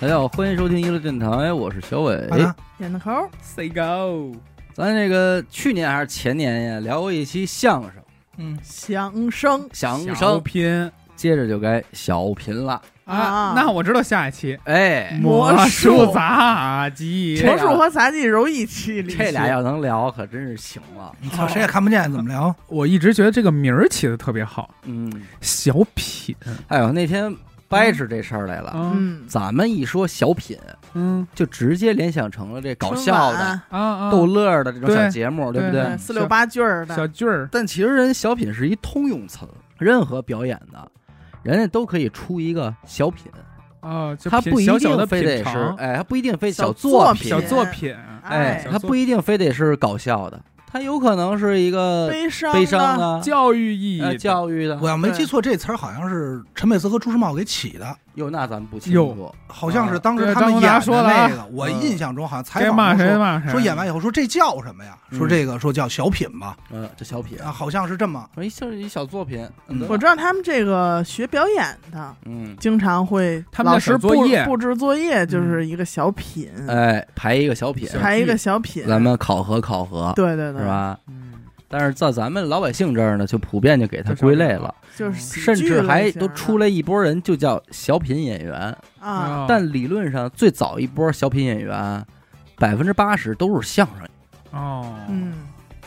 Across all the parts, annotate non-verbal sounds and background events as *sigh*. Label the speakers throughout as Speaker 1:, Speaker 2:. Speaker 1: 大家好，欢迎收听娱乐电台，我是小伟。哎
Speaker 2: 好的，
Speaker 3: 点个头，
Speaker 4: Say go，
Speaker 1: 咱这个去年还是前年呀，聊过一期相声，
Speaker 4: 嗯，
Speaker 3: 响声
Speaker 1: 相
Speaker 4: 小
Speaker 1: 声，
Speaker 4: 品
Speaker 1: 接着就该小品了。
Speaker 3: 啊
Speaker 4: 那我知道下一期嗯
Speaker 1: 哎，
Speaker 3: 魔
Speaker 4: 术
Speaker 3: 术
Speaker 4: 杂技
Speaker 1: 这
Speaker 3: 魔
Speaker 1: 俩
Speaker 3: 术和杂技揉一起里，
Speaker 1: 这俩要能聊，可真是行了。
Speaker 2: 你操，谁也看不见，怎么聊？
Speaker 4: 我一直觉得这个名儿起的特别好，
Speaker 1: 嗯，
Speaker 4: 小品
Speaker 1: 哎呦，那天掰扯这事儿来了，
Speaker 4: 啊，
Speaker 3: 嗯，
Speaker 1: 咱们一说小品，
Speaker 4: 嗯
Speaker 1: 就直接联想成了这搞笑
Speaker 3: 春
Speaker 1: 的、
Speaker 3: 晚
Speaker 4: 啊啊，
Speaker 1: 逗乐儿的这种小
Speaker 4: 对
Speaker 1: 节目，
Speaker 4: 对
Speaker 1: 不
Speaker 4: 对
Speaker 1: 对
Speaker 3: 嗯？四六八句儿的
Speaker 4: 小剧儿，
Speaker 1: 但其实人小品是一通用词，任何表演的，人家都可以出一个小品，
Speaker 4: 哦，就
Speaker 1: 它
Speaker 4: 品
Speaker 1: 不一
Speaker 4: 小小
Speaker 1: 定
Speaker 4: 的
Speaker 1: 非
Speaker 4: 品
Speaker 1: 得是
Speaker 4: 尝，，
Speaker 1: 哎，它不一定非
Speaker 3: 小
Speaker 1: 作
Speaker 3: 作
Speaker 1: 品，
Speaker 4: 小
Speaker 3: 品
Speaker 4: 作品，
Speaker 1: 哎，
Speaker 3: 哎
Speaker 1: 它不一定非得是搞笑的，它有可能是一个
Speaker 3: 悲伤啊
Speaker 1: 悲伤啊的、
Speaker 4: 教育意义
Speaker 1: 呃
Speaker 4: 的
Speaker 1: 教育的
Speaker 2: 我。要没记错，这词儿好像是陈佩斯和朱时茂给起的，
Speaker 1: 哟，那咱不清
Speaker 4: 哟
Speaker 1: 楚，
Speaker 2: 好像是
Speaker 1: 啊
Speaker 2: 当时
Speaker 4: 对
Speaker 2: 他
Speaker 4: 张
Speaker 2: 们
Speaker 4: 宏
Speaker 2: 演
Speaker 4: 达
Speaker 2: 的
Speaker 4: 说了啊
Speaker 2: 那个。我印象中好像采
Speaker 4: 该
Speaker 2: 访
Speaker 4: 骂
Speaker 2: 的时
Speaker 4: 谁
Speaker 2: 候
Speaker 4: 骂谁，
Speaker 2: 说演完以后说这叫什么呀？说
Speaker 1: 嗯
Speaker 2: 这个说叫小品吧，
Speaker 1: 嗯，这小 *laughs* 品，
Speaker 2: 啊，好像是这么。
Speaker 1: 哎，就是一小作品。
Speaker 2: 嗯
Speaker 1: 对吧
Speaker 3: 我知道他们这个学表演的，
Speaker 1: 嗯，
Speaker 3: 经常会
Speaker 4: 他们在
Speaker 3: 老师
Speaker 4: 手作
Speaker 3: 布
Speaker 4: 业
Speaker 3: 布置作业，就是一个小品，
Speaker 1: 哎，排一个小品，
Speaker 3: 排一个小品，
Speaker 1: 咱们考核考核，
Speaker 3: 对对对
Speaker 1: 是，吧？
Speaker 4: 嗯
Speaker 1: 但是在咱们老百姓这儿呢，就普遍就给它
Speaker 4: 就小
Speaker 1: 归
Speaker 4: 品
Speaker 1: 类
Speaker 4: 了
Speaker 1: 了。
Speaker 3: 就是喜
Speaker 1: 甚
Speaker 3: 剧
Speaker 1: 至
Speaker 3: 类
Speaker 1: 还
Speaker 3: 型啊
Speaker 1: 都
Speaker 3: 的
Speaker 1: 出来一波人，就叫小品演员。
Speaker 3: 啊，
Speaker 4: 哦
Speaker 1: 但理论上，最早一波小品演员，百分之八十都是相声，
Speaker 4: 哦，
Speaker 3: 嗯，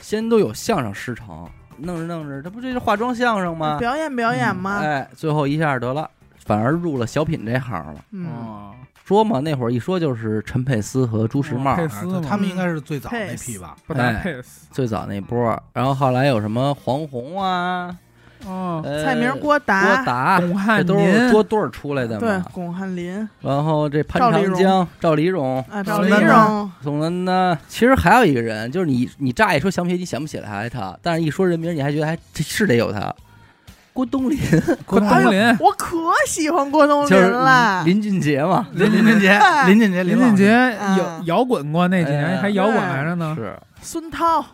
Speaker 1: 先都有相声师承，弄着弄着，这不这是化妆相声吗？
Speaker 3: 表演表演嘛，
Speaker 1: 啊哎，最后一下得了，反而入了小品这行了。
Speaker 3: 嗯，
Speaker 4: 哦，
Speaker 1: 说嘛，那会儿一说就是陈佩斯和朱时
Speaker 3: 哦
Speaker 1: 茂
Speaker 4: 佩
Speaker 2: 啊
Speaker 4: 斯嘛
Speaker 2: 他们应该是最早
Speaker 3: 佩
Speaker 2: 那
Speaker 3: 斯
Speaker 2: 批吧？
Speaker 4: 不搭
Speaker 1: 哎
Speaker 4: 配斯
Speaker 1: 最早那波，然后后来有什么黄宏啊，
Speaker 4: 哦，
Speaker 1: 呃
Speaker 3: 蔡明、郭
Speaker 1: 郭
Speaker 3: 达，嗯
Speaker 1: 达，
Speaker 4: 巩
Speaker 1: 这
Speaker 4: 汉
Speaker 1: 都
Speaker 4: 民
Speaker 1: 是多对儿出来的
Speaker 3: 对
Speaker 1: 嘛，。
Speaker 3: 巩汉林
Speaker 1: 然后这潘
Speaker 3: 赵丽
Speaker 1: 长
Speaker 3: 蓉
Speaker 1: 江、赵丽蓉。
Speaker 3: 啊，
Speaker 2: 赵
Speaker 3: 赵丽
Speaker 2: 丽蓉
Speaker 3: 蓉，
Speaker 1: 宋丹丹，其实还有一个人，就是你，你乍一说想不起，你想不起来他，但是一说人名，你还觉得还这是得有他。郭冬临， *laughs*
Speaker 4: 郭
Speaker 2: 郭
Speaker 4: 冬临。
Speaker 3: 我可喜欢郭冬
Speaker 1: 就
Speaker 3: 临
Speaker 1: 是
Speaker 3: 了，
Speaker 1: 林俊杰嘛，
Speaker 2: 林林俊杰， *laughs* 林俊杰，
Speaker 4: 林
Speaker 2: 老
Speaker 4: 俊
Speaker 2: 师
Speaker 4: 杰，
Speaker 3: 啊
Speaker 4: 摇摇滚过那几
Speaker 1: 哎
Speaker 4: 年还摇滚来着呢，
Speaker 1: 是
Speaker 3: 孙涛，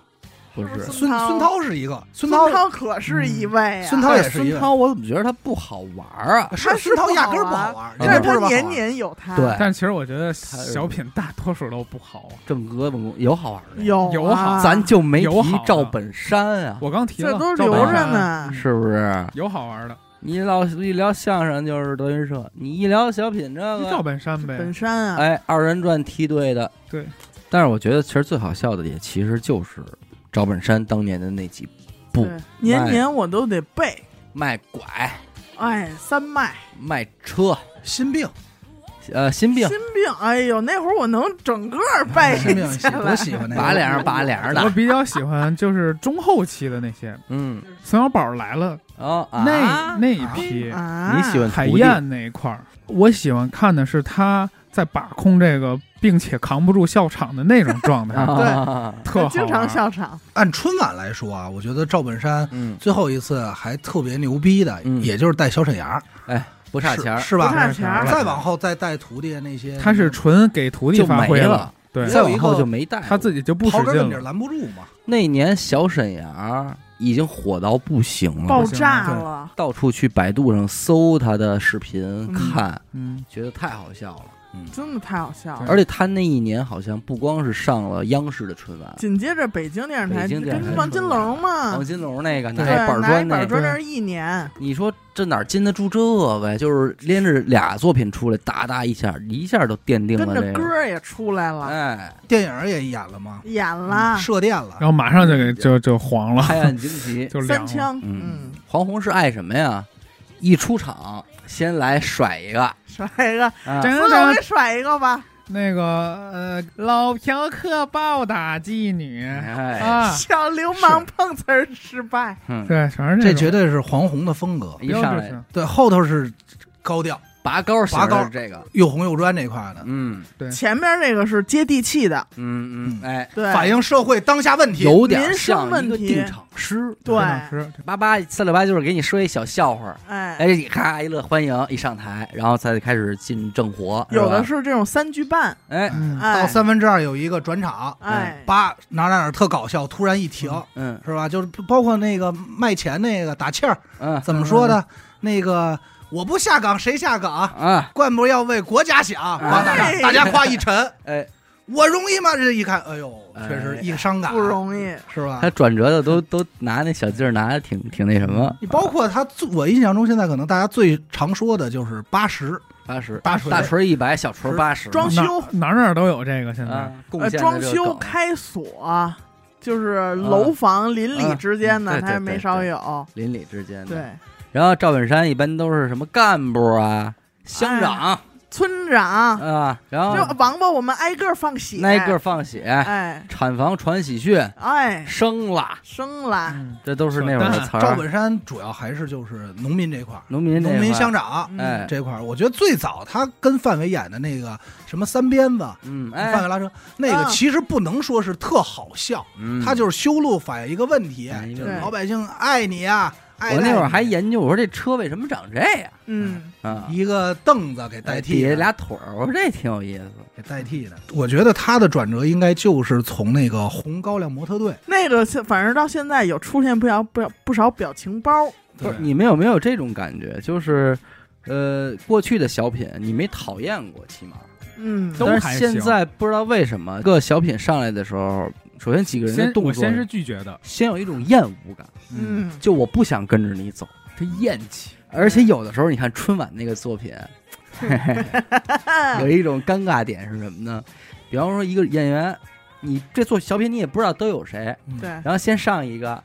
Speaker 1: 不
Speaker 3: 是不
Speaker 1: 是
Speaker 3: 是？
Speaker 2: 孙
Speaker 3: 孙
Speaker 2: 孙
Speaker 3: 涛
Speaker 2: 涛是一个，孙
Speaker 3: 孙
Speaker 2: 涛
Speaker 3: 涛可是一位啊，
Speaker 2: 孙涛
Speaker 1: 但
Speaker 2: 也
Speaker 1: 是
Speaker 2: 是一
Speaker 1: 嗯孙
Speaker 2: 个，
Speaker 1: 涛，我怎么觉得他不好玩儿啊？
Speaker 2: 是
Speaker 3: 他是
Speaker 2: 孙涛
Speaker 3: 不
Speaker 2: 压
Speaker 3: 好
Speaker 2: 根儿不
Speaker 3: 玩
Speaker 2: 好
Speaker 3: 儿
Speaker 2: 玩儿，
Speaker 1: 嗯
Speaker 3: 但
Speaker 2: 真的
Speaker 3: 是
Speaker 2: 不
Speaker 3: 他
Speaker 2: 好玩儿
Speaker 3: 年年有他，
Speaker 1: 对
Speaker 4: 但其实我觉得小品大多数都不好啊。
Speaker 1: 正哥们有好玩儿的，
Speaker 3: 有
Speaker 4: 有好
Speaker 3: 啊
Speaker 1: 咱就没
Speaker 4: 有好
Speaker 1: 提
Speaker 4: 的
Speaker 1: 赵本山啊，
Speaker 4: 我刚提了，
Speaker 3: 这都
Speaker 4: 赵
Speaker 3: 留
Speaker 4: 本
Speaker 3: 着
Speaker 4: 山
Speaker 3: 呢
Speaker 4: 嗯
Speaker 1: 是不是？
Speaker 4: 有好玩的，
Speaker 1: 你老一聊相声就是德云社，你一聊小品这
Speaker 4: 就赵
Speaker 1: 个，
Speaker 4: 本山呗
Speaker 3: 本。山啊，
Speaker 1: 哎，二人转梯队的，
Speaker 4: 对。
Speaker 1: 但是我觉得其实最好笑的也其实就是赵本山当年的那几部
Speaker 3: 对年
Speaker 1: 卖
Speaker 3: 年我都得背，
Speaker 1: 卖拐、
Speaker 3: 哎，三麦
Speaker 1: 卖车，
Speaker 2: 心病，
Speaker 1: 呃，心病哎
Speaker 3: 心病，哎呦，那会儿我能整个儿背
Speaker 2: 心病，
Speaker 3: 下
Speaker 2: 多
Speaker 3: 来，
Speaker 2: 喜欢那个
Speaker 1: 拔凉儿拔凉儿
Speaker 4: 我
Speaker 1: 的，
Speaker 4: 比较喜欢就是中后期的那些，
Speaker 1: 嗯，
Speaker 4: 宋小宝来了
Speaker 1: 哦啊，嗯
Speaker 4: 那那一批，
Speaker 3: 啊，
Speaker 1: 你喜欢
Speaker 4: 海
Speaker 1: 徒弟
Speaker 4: 燕那一块儿，我喜欢看的是他在把控这个，并且扛不住笑场的那种状
Speaker 1: *laughs*
Speaker 4: 态，
Speaker 1: 啊，
Speaker 4: 特好
Speaker 3: 经常
Speaker 4: 玩
Speaker 3: 笑场，
Speaker 2: 按春晚来说啊，我觉得赵本山
Speaker 1: 嗯，
Speaker 2: 最后一次还特别牛逼的，
Speaker 1: 嗯
Speaker 2: 也就是带小沈阳，
Speaker 1: 不差钱儿，
Speaker 2: 是
Speaker 3: 不
Speaker 2: 吧？
Speaker 3: 差钱儿，
Speaker 2: 再往后再带徒弟那些，
Speaker 4: 他是纯给徒弟
Speaker 1: 就
Speaker 4: 发
Speaker 1: 没
Speaker 4: 挥，
Speaker 1: 了，
Speaker 4: 对，
Speaker 1: 再往后就没带
Speaker 4: 他自
Speaker 1: 己
Speaker 4: 己就不使
Speaker 2: 刨根
Speaker 4: 劲
Speaker 2: 问底儿
Speaker 4: 了。
Speaker 2: 拦不住嘛。
Speaker 1: 那年小沈阳已经火到不行了
Speaker 3: 爆，
Speaker 4: 行
Speaker 3: 炸
Speaker 4: 对
Speaker 3: 了，
Speaker 1: 到处去百度上搜他的视频
Speaker 3: 嗯
Speaker 1: 看，
Speaker 4: 嗯，
Speaker 1: 觉得太好笑了。
Speaker 3: 真的太好笑了。
Speaker 1: 而且他那一年好像不光是上了央视的春晚，
Speaker 3: 紧接着北京电视台
Speaker 1: 北京电视台
Speaker 3: 跟王金龙嘛
Speaker 1: 王，金龙那个拿
Speaker 3: 啊对，
Speaker 1: 一板
Speaker 3: 拿
Speaker 1: 砖
Speaker 3: 一
Speaker 1: 那
Speaker 3: 板
Speaker 1: 个，
Speaker 3: 砖那是一年，
Speaker 1: 你说这哪禁得住这呗？就是连着俩作品出来，哒哒一下，一下都奠定
Speaker 3: 跟
Speaker 1: 了这
Speaker 3: 着歌
Speaker 1: 个。
Speaker 3: 儿啊也出来了，
Speaker 1: 哎，
Speaker 2: 电影儿也演了嘛，
Speaker 3: 演了
Speaker 2: 射电了
Speaker 4: 然，后马上就给就就黄了，
Speaker 1: 拍案惊奇。
Speaker 4: *laughs* 就凉
Speaker 3: 三
Speaker 4: 了。
Speaker 3: 枪，
Speaker 1: 嗯
Speaker 3: 嗯，，
Speaker 1: 黄宏是爱什么呀？一出场先来甩一个，
Speaker 3: 甩一个，
Speaker 1: 啊
Speaker 4: 真
Speaker 3: 孙
Speaker 4: 的
Speaker 3: 总给甩一个吧，
Speaker 4: 那个呃，老嫖客暴打妓女
Speaker 1: 哎，
Speaker 4: 啊，
Speaker 3: 小流氓碰瓷儿失败，
Speaker 1: 哼
Speaker 4: 对，全是
Speaker 2: 这
Speaker 4: 种
Speaker 2: 绝对是黄宏的风格。
Speaker 1: 一
Speaker 4: 标
Speaker 1: 上
Speaker 4: 志
Speaker 1: 来
Speaker 4: 性。
Speaker 2: 对，后头是高调，
Speaker 1: 拔高型
Speaker 2: 拔高
Speaker 1: 的这个，
Speaker 2: 又红又专这块的，
Speaker 1: 嗯
Speaker 4: 对
Speaker 3: 前面那个是接地气的，
Speaker 1: 嗯嗯，哎，
Speaker 3: 对，
Speaker 2: 反映社会当下问题。
Speaker 1: 有点
Speaker 3: 民
Speaker 1: 像
Speaker 3: 生
Speaker 1: 一个
Speaker 3: 问题
Speaker 1: 定场诗。
Speaker 3: 对，
Speaker 4: 老师，
Speaker 1: 八八三六八就是给你说一小笑话，哎，
Speaker 3: 哎，
Speaker 1: 你咔一乐欢迎，一上台，然后才开始进正活，
Speaker 3: 有的
Speaker 1: 是
Speaker 3: 是这种三句半，
Speaker 1: 吧，哎，
Speaker 4: 嗯，
Speaker 3: 哎，
Speaker 2: 到三分之二有一个转场，
Speaker 3: 哎，
Speaker 2: 叭哪哪哪特搞笑，突然一停，
Speaker 1: 嗯
Speaker 2: 是吧？就是包括那个卖钱那个打气儿
Speaker 1: 嗯，
Speaker 2: 怎么说的，那个我不下岗谁下岗？
Speaker 1: 啊，
Speaker 2: 干部要为国家想，夸大家
Speaker 3: 哎
Speaker 2: 大家夸一
Speaker 3: *laughs*
Speaker 2: 沉，
Speaker 1: 哎，
Speaker 2: 我容易吗？这一看，哎呦，
Speaker 1: 哎
Speaker 2: 确实一伤感，啊
Speaker 3: 不容
Speaker 1: 嗯
Speaker 3: 易。呃
Speaker 2: 是吧
Speaker 1: 他？转折的都都拿那小劲儿拿的挺挺那什么，
Speaker 2: 你包括他最，我印象中现在可能大家最常说的就是八十，
Speaker 1: 八十
Speaker 2: 八十
Speaker 1: 大锤一百，小锤八十，
Speaker 3: 装
Speaker 4: 哪
Speaker 3: 修
Speaker 4: 哪儿哪儿都有这个现在。
Speaker 1: 啊，贡
Speaker 3: 呃，
Speaker 1: 献
Speaker 3: 装
Speaker 1: 的这个
Speaker 3: 修
Speaker 1: 梗
Speaker 3: 开锁，就是楼房邻里之间
Speaker 1: 啊
Speaker 3: 的，
Speaker 1: 嗯对
Speaker 3: 他也没少有。
Speaker 1: 邻里之间的。
Speaker 3: 对，
Speaker 1: 然后赵本山一般都是什么干部啊、乡长
Speaker 3: 村
Speaker 2: 哎
Speaker 3: 长
Speaker 1: 啊，然
Speaker 3: 就
Speaker 1: 后
Speaker 3: 王八，我们挨个儿放血，
Speaker 1: 挨个放血，
Speaker 3: 哎
Speaker 1: 产房传喜讯，
Speaker 3: 哎，
Speaker 1: 生了，
Speaker 3: 生了，
Speaker 4: 嗯
Speaker 1: 这都是那会儿的词
Speaker 2: 啊赵
Speaker 1: 儿。啊
Speaker 2: 本山主要还是就是农民这块儿，
Speaker 1: 农民这
Speaker 2: 农民
Speaker 1: 块儿
Speaker 2: 乡长
Speaker 3: 嗯
Speaker 1: 哎，
Speaker 2: 这块儿，我觉得最早他跟范伟演的那个什么三鞭子。
Speaker 1: 嗯，
Speaker 2: 范
Speaker 1: 哎，
Speaker 2: 伟拉车那个
Speaker 3: 啊
Speaker 2: 其实不能说是特好笑，
Speaker 1: 嗯
Speaker 2: 他就是修路反映一个问题，
Speaker 1: 哎
Speaker 2: 就是
Speaker 3: 对
Speaker 2: 老百姓爱你啊，爱
Speaker 1: 我那会儿
Speaker 2: 戴你
Speaker 1: 还研究，我说这车为什么长这样
Speaker 3: 嗯，
Speaker 1: 啊？
Speaker 2: 一个凳子给代替
Speaker 1: 哎底下
Speaker 2: 的
Speaker 1: 俩腿儿，我说这挺有意思。
Speaker 2: 给代替的。我觉得他的转折应该就是从那个红高粱模特队，
Speaker 3: 那个现反正到现在有出现不少不不少表情包，
Speaker 1: 不是
Speaker 2: 对
Speaker 1: 你们有没有这种感觉？就是，呃，过去的小品你没讨厌过，起码，
Speaker 3: 嗯，
Speaker 4: 都
Speaker 1: 但
Speaker 4: 还
Speaker 1: 是
Speaker 4: 行
Speaker 1: 现在不知道为什么，各小品上来的时候，首先几个人的
Speaker 4: 先
Speaker 1: 动
Speaker 4: 我
Speaker 1: 作，
Speaker 4: 先是拒绝的，
Speaker 1: 先有一种厌恶感，
Speaker 3: 嗯，
Speaker 1: 就我不想跟着你走。
Speaker 4: 这厌气。
Speaker 1: 而且有的时候，你看春晚那个作品， *laughs* 有一种尴尬点是什么呢？比方说一个演员，你这做小品你也不知道都有谁，
Speaker 3: 对，
Speaker 1: 然后先上一个，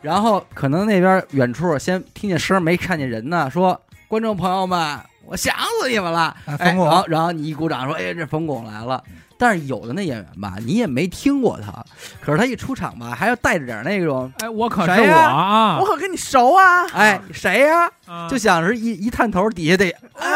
Speaker 1: 然后可能那边远处先听见声儿没看见人呢，说观众朋友们，我想死你们了，
Speaker 2: 哎
Speaker 1: 哎，
Speaker 2: 冯巩
Speaker 1: 然后然后你一鼓掌说，哎，这冯巩来了。但是有的那演员吧，你也没听过他，可是他一出场吧，还要带着点那种，
Speaker 4: 哎，我可是
Speaker 1: 谁
Speaker 4: 我
Speaker 1: 呀
Speaker 4: 啊
Speaker 3: 我，可跟你熟啊，嗯
Speaker 1: 哎，谁呀、
Speaker 4: 啊
Speaker 1: 就想是一一探头底下得，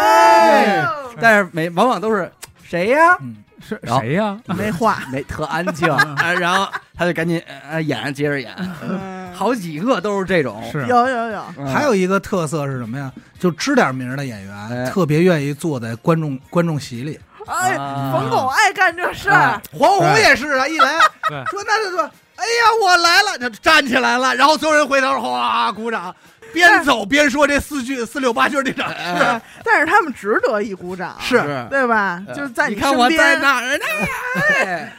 Speaker 3: 哎
Speaker 1: 哎，但是没，往往都是谁呀、
Speaker 2: 嗯，
Speaker 4: 是
Speaker 1: 然后哦
Speaker 4: 谁呀？
Speaker 3: 没话，
Speaker 1: 没特安静，啊然后他就赶紧呃演，接着演，
Speaker 3: 嗯
Speaker 1: 好几个都是这种，
Speaker 4: 是啊
Speaker 3: 有有有，
Speaker 1: 嗯
Speaker 2: 还有一个特色是什么呀？就知点名儿的演员
Speaker 1: 哎
Speaker 2: 特别愿意坐在观众观众席里，
Speaker 3: 哎，
Speaker 1: 啊
Speaker 3: 冯巩爱干这事儿
Speaker 1: 啊，
Speaker 2: 黄宏也是啊，一来
Speaker 4: 对
Speaker 2: 说那就说，哎呀，我来了，就站起来了，然后所有人回头哗鼓掌，边走边说这
Speaker 1: *laughs*
Speaker 2: 四句四六八句这掌
Speaker 1: 哎
Speaker 2: 声，
Speaker 3: 嗯但是他们值得一鼓掌，
Speaker 2: 是
Speaker 3: 对吧？
Speaker 1: 呃
Speaker 3: 就是在
Speaker 1: 你看
Speaker 3: 身
Speaker 1: 我在
Speaker 3: 边，
Speaker 1: 哪儿
Speaker 3: *laughs*
Speaker 1: 呢？ *laughs* 哎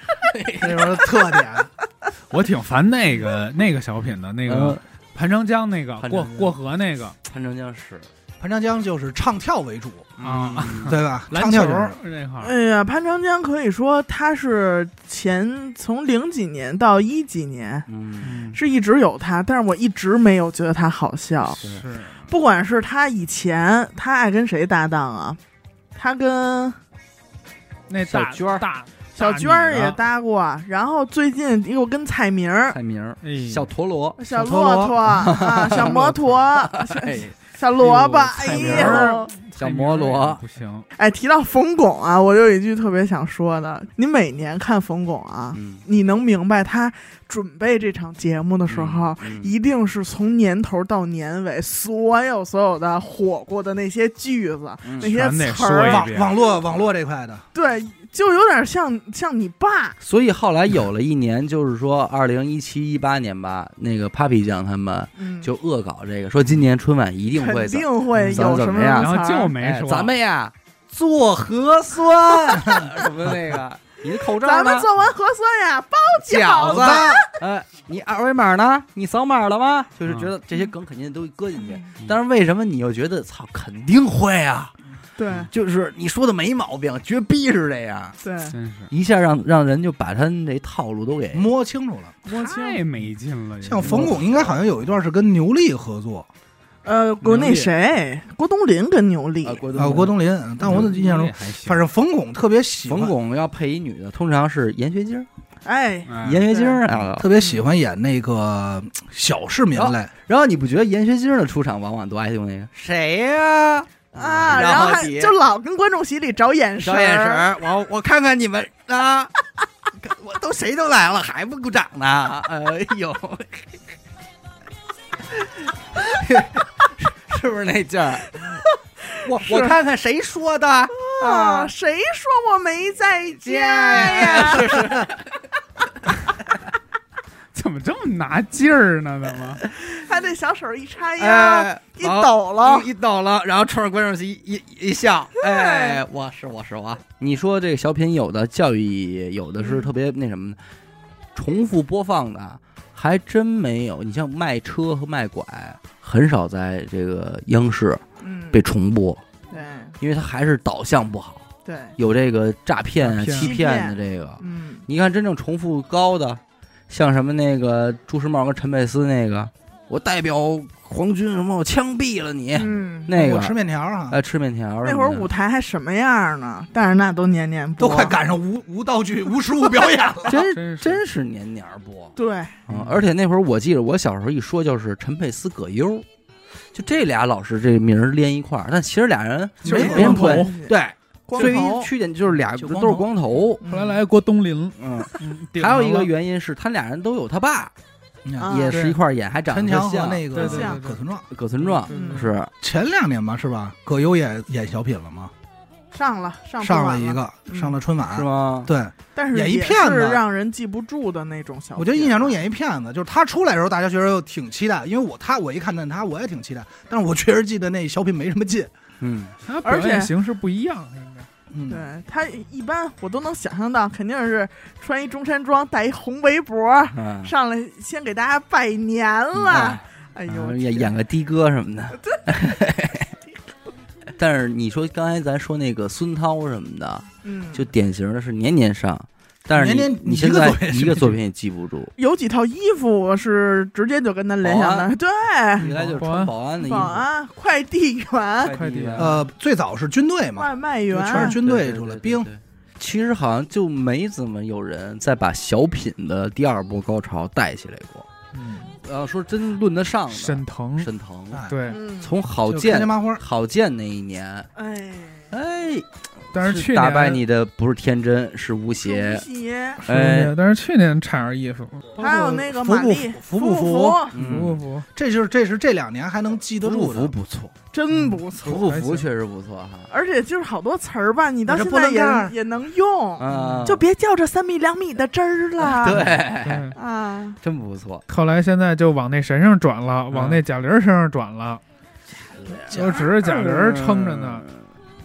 Speaker 2: 这就是特点。 *laughs*
Speaker 4: 我挺烦那个那个小品的那个
Speaker 1: 嗯
Speaker 4: 潘长江那个
Speaker 1: 潘
Speaker 4: 过
Speaker 1: 长江
Speaker 4: 过河那个
Speaker 1: 潘长江是
Speaker 2: 潘长江就是唱跳为主，
Speaker 1: 嗯 *laughs*
Speaker 4: 啊，
Speaker 2: 对吧？
Speaker 4: 篮
Speaker 2: 唱
Speaker 4: 球
Speaker 2: 跳
Speaker 4: 儿
Speaker 2: 就是
Speaker 4: 那块儿，
Speaker 3: 哎呀，潘长江可以说他是前从零几年到一几年
Speaker 1: 嗯，
Speaker 4: 嗯
Speaker 3: 是一直有他，但是我一直没有觉得他好笑。
Speaker 1: 是
Speaker 4: 是
Speaker 3: 不管是他以前他爱跟谁搭档啊，他跟
Speaker 4: 那
Speaker 1: 小
Speaker 4: 大
Speaker 1: 娟儿
Speaker 4: 大
Speaker 3: 小娟儿
Speaker 4: 女的
Speaker 3: 也搭过，然后最近又跟蔡明儿、
Speaker 1: 蔡明儿、
Speaker 4: 哎
Speaker 1: 小陀
Speaker 3: *laughs*
Speaker 1: 螺，
Speaker 3: 小
Speaker 2: 小陀螺
Speaker 3: 骆驼啊、小摩托、
Speaker 1: 哎，
Speaker 3: 小萝卜，
Speaker 4: 哎
Speaker 3: 哎
Speaker 4: 呦蔡明
Speaker 3: 呦
Speaker 4: 儿。
Speaker 1: 小摩罗，
Speaker 4: 不行，
Speaker 3: 哎，提到冯巩啊，我有一句特别想说的：你每年看冯巩啊，
Speaker 1: 嗯，
Speaker 3: 你能明白他准备这场节目的时候，
Speaker 1: 嗯
Speaker 3: 一定是从年头到年尾，所有所有的火过的那些句子、
Speaker 1: 嗯
Speaker 3: 那些
Speaker 4: 全得
Speaker 3: 词
Speaker 4: 说一
Speaker 3: 儿，
Speaker 4: 遍
Speaker 2: 网网络网络这块的，
Speaker 3: 对，就有点像像你爸，
Speaker 1: 所以后来有了一年，就是说二零一七一八年吧，那个 Papi 酱他们
Speaker 3: 嗯，
Speaker 1: 就恶搞这个，说今年春晚一定会
Speaker 3: 肯
Speaker 1: 怎
Speaker 3: 定会有
Speaker 1: 怎么
Speaker 3: 什
Speaker 1: 怎么
Speaker 3: 什
Speaker 1: 样
Speaker 4: 然后
Speaker 3: 词儿
Speaker 4: 就没
Speaker 1: 哎
Speaker 4: 说
Speaker 1: 咱们呀做核
Speaker 3: *laughs*
Speaker 1: 酸什么那个，你的口罩
Speaker 3: 咱
Speaker 1: 呢
Speaker 3: 们？做完核酸呀，包
Speaker 1: 饺
Speaker 3: 子，
Speaker 1: 子，哎，你二维码呢？你扫码了吗？就是
Speaker 2: 嗯
Speaker 1: 觉得这些梗肯定都搁进去，但是为什么你又觉得操肯定会啊？
Speaker 3: 对
Speaker 1: 就是你说的没毛病，绝逼是这样，
Speaker 3: 对，
Speaker 4: 真是
Speaker 1: 一下让让人就把他那套路都给
Speaker 2: 摸清楚了。
Speaker 4: 太没劲
Speaker 1: 嗯
Speaker 4: 了。
Speaker 2: 像冯巩应该好像有一段是跟牛莉合作，
Speaker 3: 呃，国
Speaker 4: 牛
Speaker 3: 那
Speaker 4: 力
Speaker 3: 谁，郭冬临跟牛莉，
Speaker 1: 呃郭
Speaker 2: 啊，郭冬临。但我的印象中，反
Speaker 4: 正
Speaker 2: 正冯巩特别喜欢，
Speaker 1: 冯巩要配一女的，通常是闫学晶儿，
Speaker 3: 哎，
Speaker 2: 嗯
Speaker 1: 闫学晶儿啊。
Speaker 2: 特别喜欢演那个嗯小市民类。
Speaker 1: 然后你不觉得闫学晶儿的出场往往都爱用那个谁呀、
Speaker 3: 啊，
Speaker 1: 然
Speaker 3: 然
Speaker 1: 后
Speaker 3: 后还
Speaker 1: 底
Speaker 3: 就老跟观众席里找眼神，
Speaker 1: 小眼神，儿，啊我我看看你们啊，我都谁都来了还不鼓掌呢？哎呦， *laughs* 是不是那劲儿？我我看看谁说的
Speaker 3: 啊，
Speaker 1: 啊？
Speaker 3: 谁说我没在家
Speaker 1: 呀，
Speaker 3: 呀？
Speaker 1: 是是，
Speaker 4: 就怎么这么拿劲儿呢？怎么？
Speaker 3: 他这小手一叉腰，
Speaker 1: 哎，
Speaker 3: 一抖了，
Speaker 1: 一抖了，然后冲着观众席一一一笑，哎，我是我是我。你说这个小品有的教育意义，有的是特别那什么的，重复播放的还真没有。你像卖车和卖拐，很少在这个央视
Speaker 3: 嗯，
Speaker 1: 被重播，
Speaker 3: 对
Speaker 1: 因为它还是导向不好，
Speaker 3: 对，
Speaker 1: 有这个诈骗啊、
Speaker 4: 诈骗
Speaker 1: 欺骗的这个。
Speaker 3: 嗯
Speaker 1: 你看真正重复高的，像什么那个朱时茂跟陈佩斯那个，我代表皇军什么，我枪毙了你。
Speaker 3: 嗯，
Speaker 1: 那个
Speaker 2: 我吃面条啊，
Speaker 1: 呃，吃面条什么的。
Speaker 3: 那会儿舞台还什么样呢？但是那都年年播
Speaker 2: 都快赶上无无道具、无实物表
Speaker 1: *laughs*
Speaker 2: 演了。
Speaker 1: 真
Speaker 4: 真是
Speaker 1: 真是年年儿播
Speaker 3: 对，
Speaker 1: 啊！而且那会儿我记得，我小时候一说就是陈佩斯、葛优，就这俩老师这名儿连一块儿，但其实俩人
Speaker 4: 就是
Speaker 1: 没
Speaker 4: 光
Speaker 1: 人
Speaker 4: 头
Speaker 1: 推。对，
Speaker 3: 光
Speaker 1: 最一
Speaker 3: 头嗯
Speaker 1: 缺点就是俩
Speaker 4: 就
Speaker 1: 都
Speaker 4: 光
Speaker 1: 是
Speaker 4: 头
Speaker 1: 光头。
Speaker 4: *laughs* 后来来郭冬临，
Speaker 1: 嗯，
Speaker 4: 嗯
Speaker 1: 还有一个原因是他俩人都有他爸，
Speaker 3: 啊
Speaker 1: 嗯也是一块儿演，还长
Speaker 2: 陈
Speaker 1: 得
Speaker 2: 强和
Speaker 1: 像
Speaker 2: 那个
Speaker 4: 对
Speaker 3: 对对
Speaker 2: 葛存壮，啊
Speaker 1: 葛存壮。
Speaker 3: 嗯
Speaker 1: 是
Speaker 2: 前两年吧，是吧？葛优也演小品了吗？
Speaker 3: 上了上不
Speaker 2: 上
Speaker 3: 晚
Speaker 2: 了一，个，
Speaker 3: 嗯
Speaker 2: 上了春晚
Speaker 1: 是。吗？
Speaker 2: 对，
Speaker 3: 但是
Speaker 2: 演一
Speaker 3: 也
Speaker 2: 骗
Speaker 3: 是
Speaker 2: 子
Speaker 3: 让人记不住的那种小品。
Speaker 2: 我觉得印象中演一骗子，就是他出来的时候，大家觉得挺期待，因为我他我一看见他，我也挺期待，但是我确实记得那小品没什么劲。
Speaker 1: 嗯，
Speaker 4: 他
Speaker 3: 而
Speaker 4: 表演
Speaker 3: 且
Speaker 4: 形式不一样，应该
Speaker 2: 嗯，
Speaker 3: 对他一般我都能想象到，肯定是穿一中山装，戴一红围脖，
Speaker 1: 嗯
Speaker 3: 上来先给大家拜年了。哎
Speaker 1: 然
Speaker 3: 呦
Speaker 1: 后，
Speaker 3: 天
Speaker 1: 演嗯演个的哥什么
Speaker 3: *laughs*
Speaker 1: 的。但是你说刚才咱说那个孙涛什么的，
Speaker 3: 嗯，
Speaker 1: 就典型的是年年上，但是你
Speaker 2: 年年
Speaker 1: 你
Speaker 2: 一个
Speaker 1: 现在
Speaker 2: 作品
Speaker 1: 一个作品也记不住，
Speaker 3: 有几套衣服我是直接就跟他联想
Speaker 1: 保
Speaker 3: 的，对，
Speaker 2: 哎
Speaker 1: 原来就是穿保安的衣服，
Speaker 3: 保安、快递员、
Speaker 1: 快递员
Speaker 2: 呃，最早是军队嘛，
Speaker 3: 外卖
Speaker 2: 就全
Speaker 3: 员
Speaker 2: 是，军队出来，兵。。
Speaker 1: 其实好像就没怎么有人再把小品的第二波高潮带起来过。要呃说真论得上的，
Speaker 4: 沈腾，
Speaker 1: 嗯沈腾，
Speaker 2: 哎
Speaker 4: 对，
Speaker 3: 嗯，
Speaker 1: 从郝
Speaker 2: 就看见
Speaker 1: 建
Speaker 2: 麻花儿，
Speaker 1: 郝建那一年，
Speaker 3: 哎，
Speaker 1: 哎，
Speaker 4: 但是去年
Speaker 1: 打败你的不是天真，是吴
Speaker 3: 中
Speaker 1: 邪。
Speaker 3: 邪，
Speaker 4: 是
Speaker 1: 哎，
Speaker 4: 但是去年差点意思，
Speaker 3: 还有那个
Speaker 2: 服
Speaker 3: 马
Speaker 2: 不
Speaker 3: 丽
Speaker 2: 服，服不
Speaker 3: 服
Speaker 2: 服？？
Speaker 1: 嗯
Speaker 4: 服不服？
Speaker 2: 这就是这是这两年还能记得
Speaker 1: 不
Speaker 2: 住的
Speaker 1: 服。不错，
Speaker 2: 嗯
Speaker 3: 真不错。
Speaker 1: 服不服确实不错哈。
Speaker 3: 而且就是好多词儿吧，你到
Speaker 2: 我这
Speaker 3: 现
Speaker 2: 不
Speaker 3: 在
Speaker 2: 能干儿嗯
Speaker 3: 也也能用，
Speaker 1: 啊，
Speaker 3: 嗯就别叫这三米两米的汁儿了。
Speaker 1: 对，
Speaker 4: 对。
Speaker 3: 啊，
Speaker 1: 真不错。
Speaker 4: 后来现在就往那谁上转了，
Speaker 1: 嗯
Speaker 4: 往那贾玲身上转了，就只是贾玲撑着呢。
Speaker 1: 嗯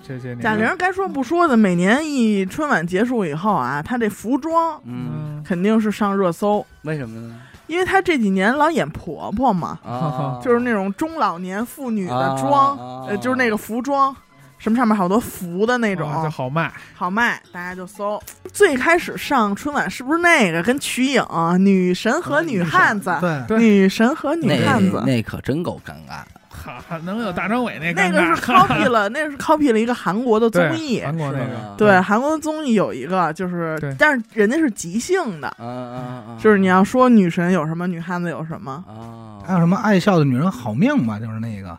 Speaker 4: 这些年，
Speaker 3: 贾玲，该说不说的，每年一春晚结束以后啊，她这服装
Speaker 1: 嗯，
Speaker 4: 嗯，
Speaker 3: 肯定是上热搜，
Speaker 1: 为什么
Speaker 3: *laughs*
Speaker 1: 呢？
Speaker 3: 因为她这几年老演婆婆嘛，
Speaker 2: 哦
Speaker 1: 啊，
Speaker 3: 就是那种中老年妇女的
Speaker 1: 装，
Speaker 3: 妆，
Speaker 1: 啊
Speaker 3: 呃，就是那个服装。什么上面好多福的
Speaker 1: 嗯
Speaker 3: 那种
Speaker 2: 哦
Speaker 4: 哇这好卖，
Speaker 3: 好卖，大家就搜。最开始上春晚是不是那个跟瞿颖《女神
Speaker 2: 嗯
Speaker 3: 和女汉子》
Speaker 2: 对，
Speaker 4: 对
Speaker 3: 女神和女
Speaker 1: 那
Speaker 3: 汉子，
Speaker 1: 那可真够尴尬。
Speaker 4: 哈，能有大张伟那
Speaker 3: 那个是 copy 了，那个是 copy 了一个韩国的综艺
Speaker 4: 对，韩国那
Speaker 1: 是
Speaker 4: 个，
Speaker 1: 吧
Speaker 3: 对，韩国的综艺有一个就是
Speaker 4: 对，
Speaker 3: 但是人家是即兴的，
Speaker 1: 啊啊啊！
Speaker 3: 就是你要说女神有什么，女汉子有什么。
Speaker 1: 啊，
Speaker 2: 还有什么爱笑的女人好命嘛，就是那个，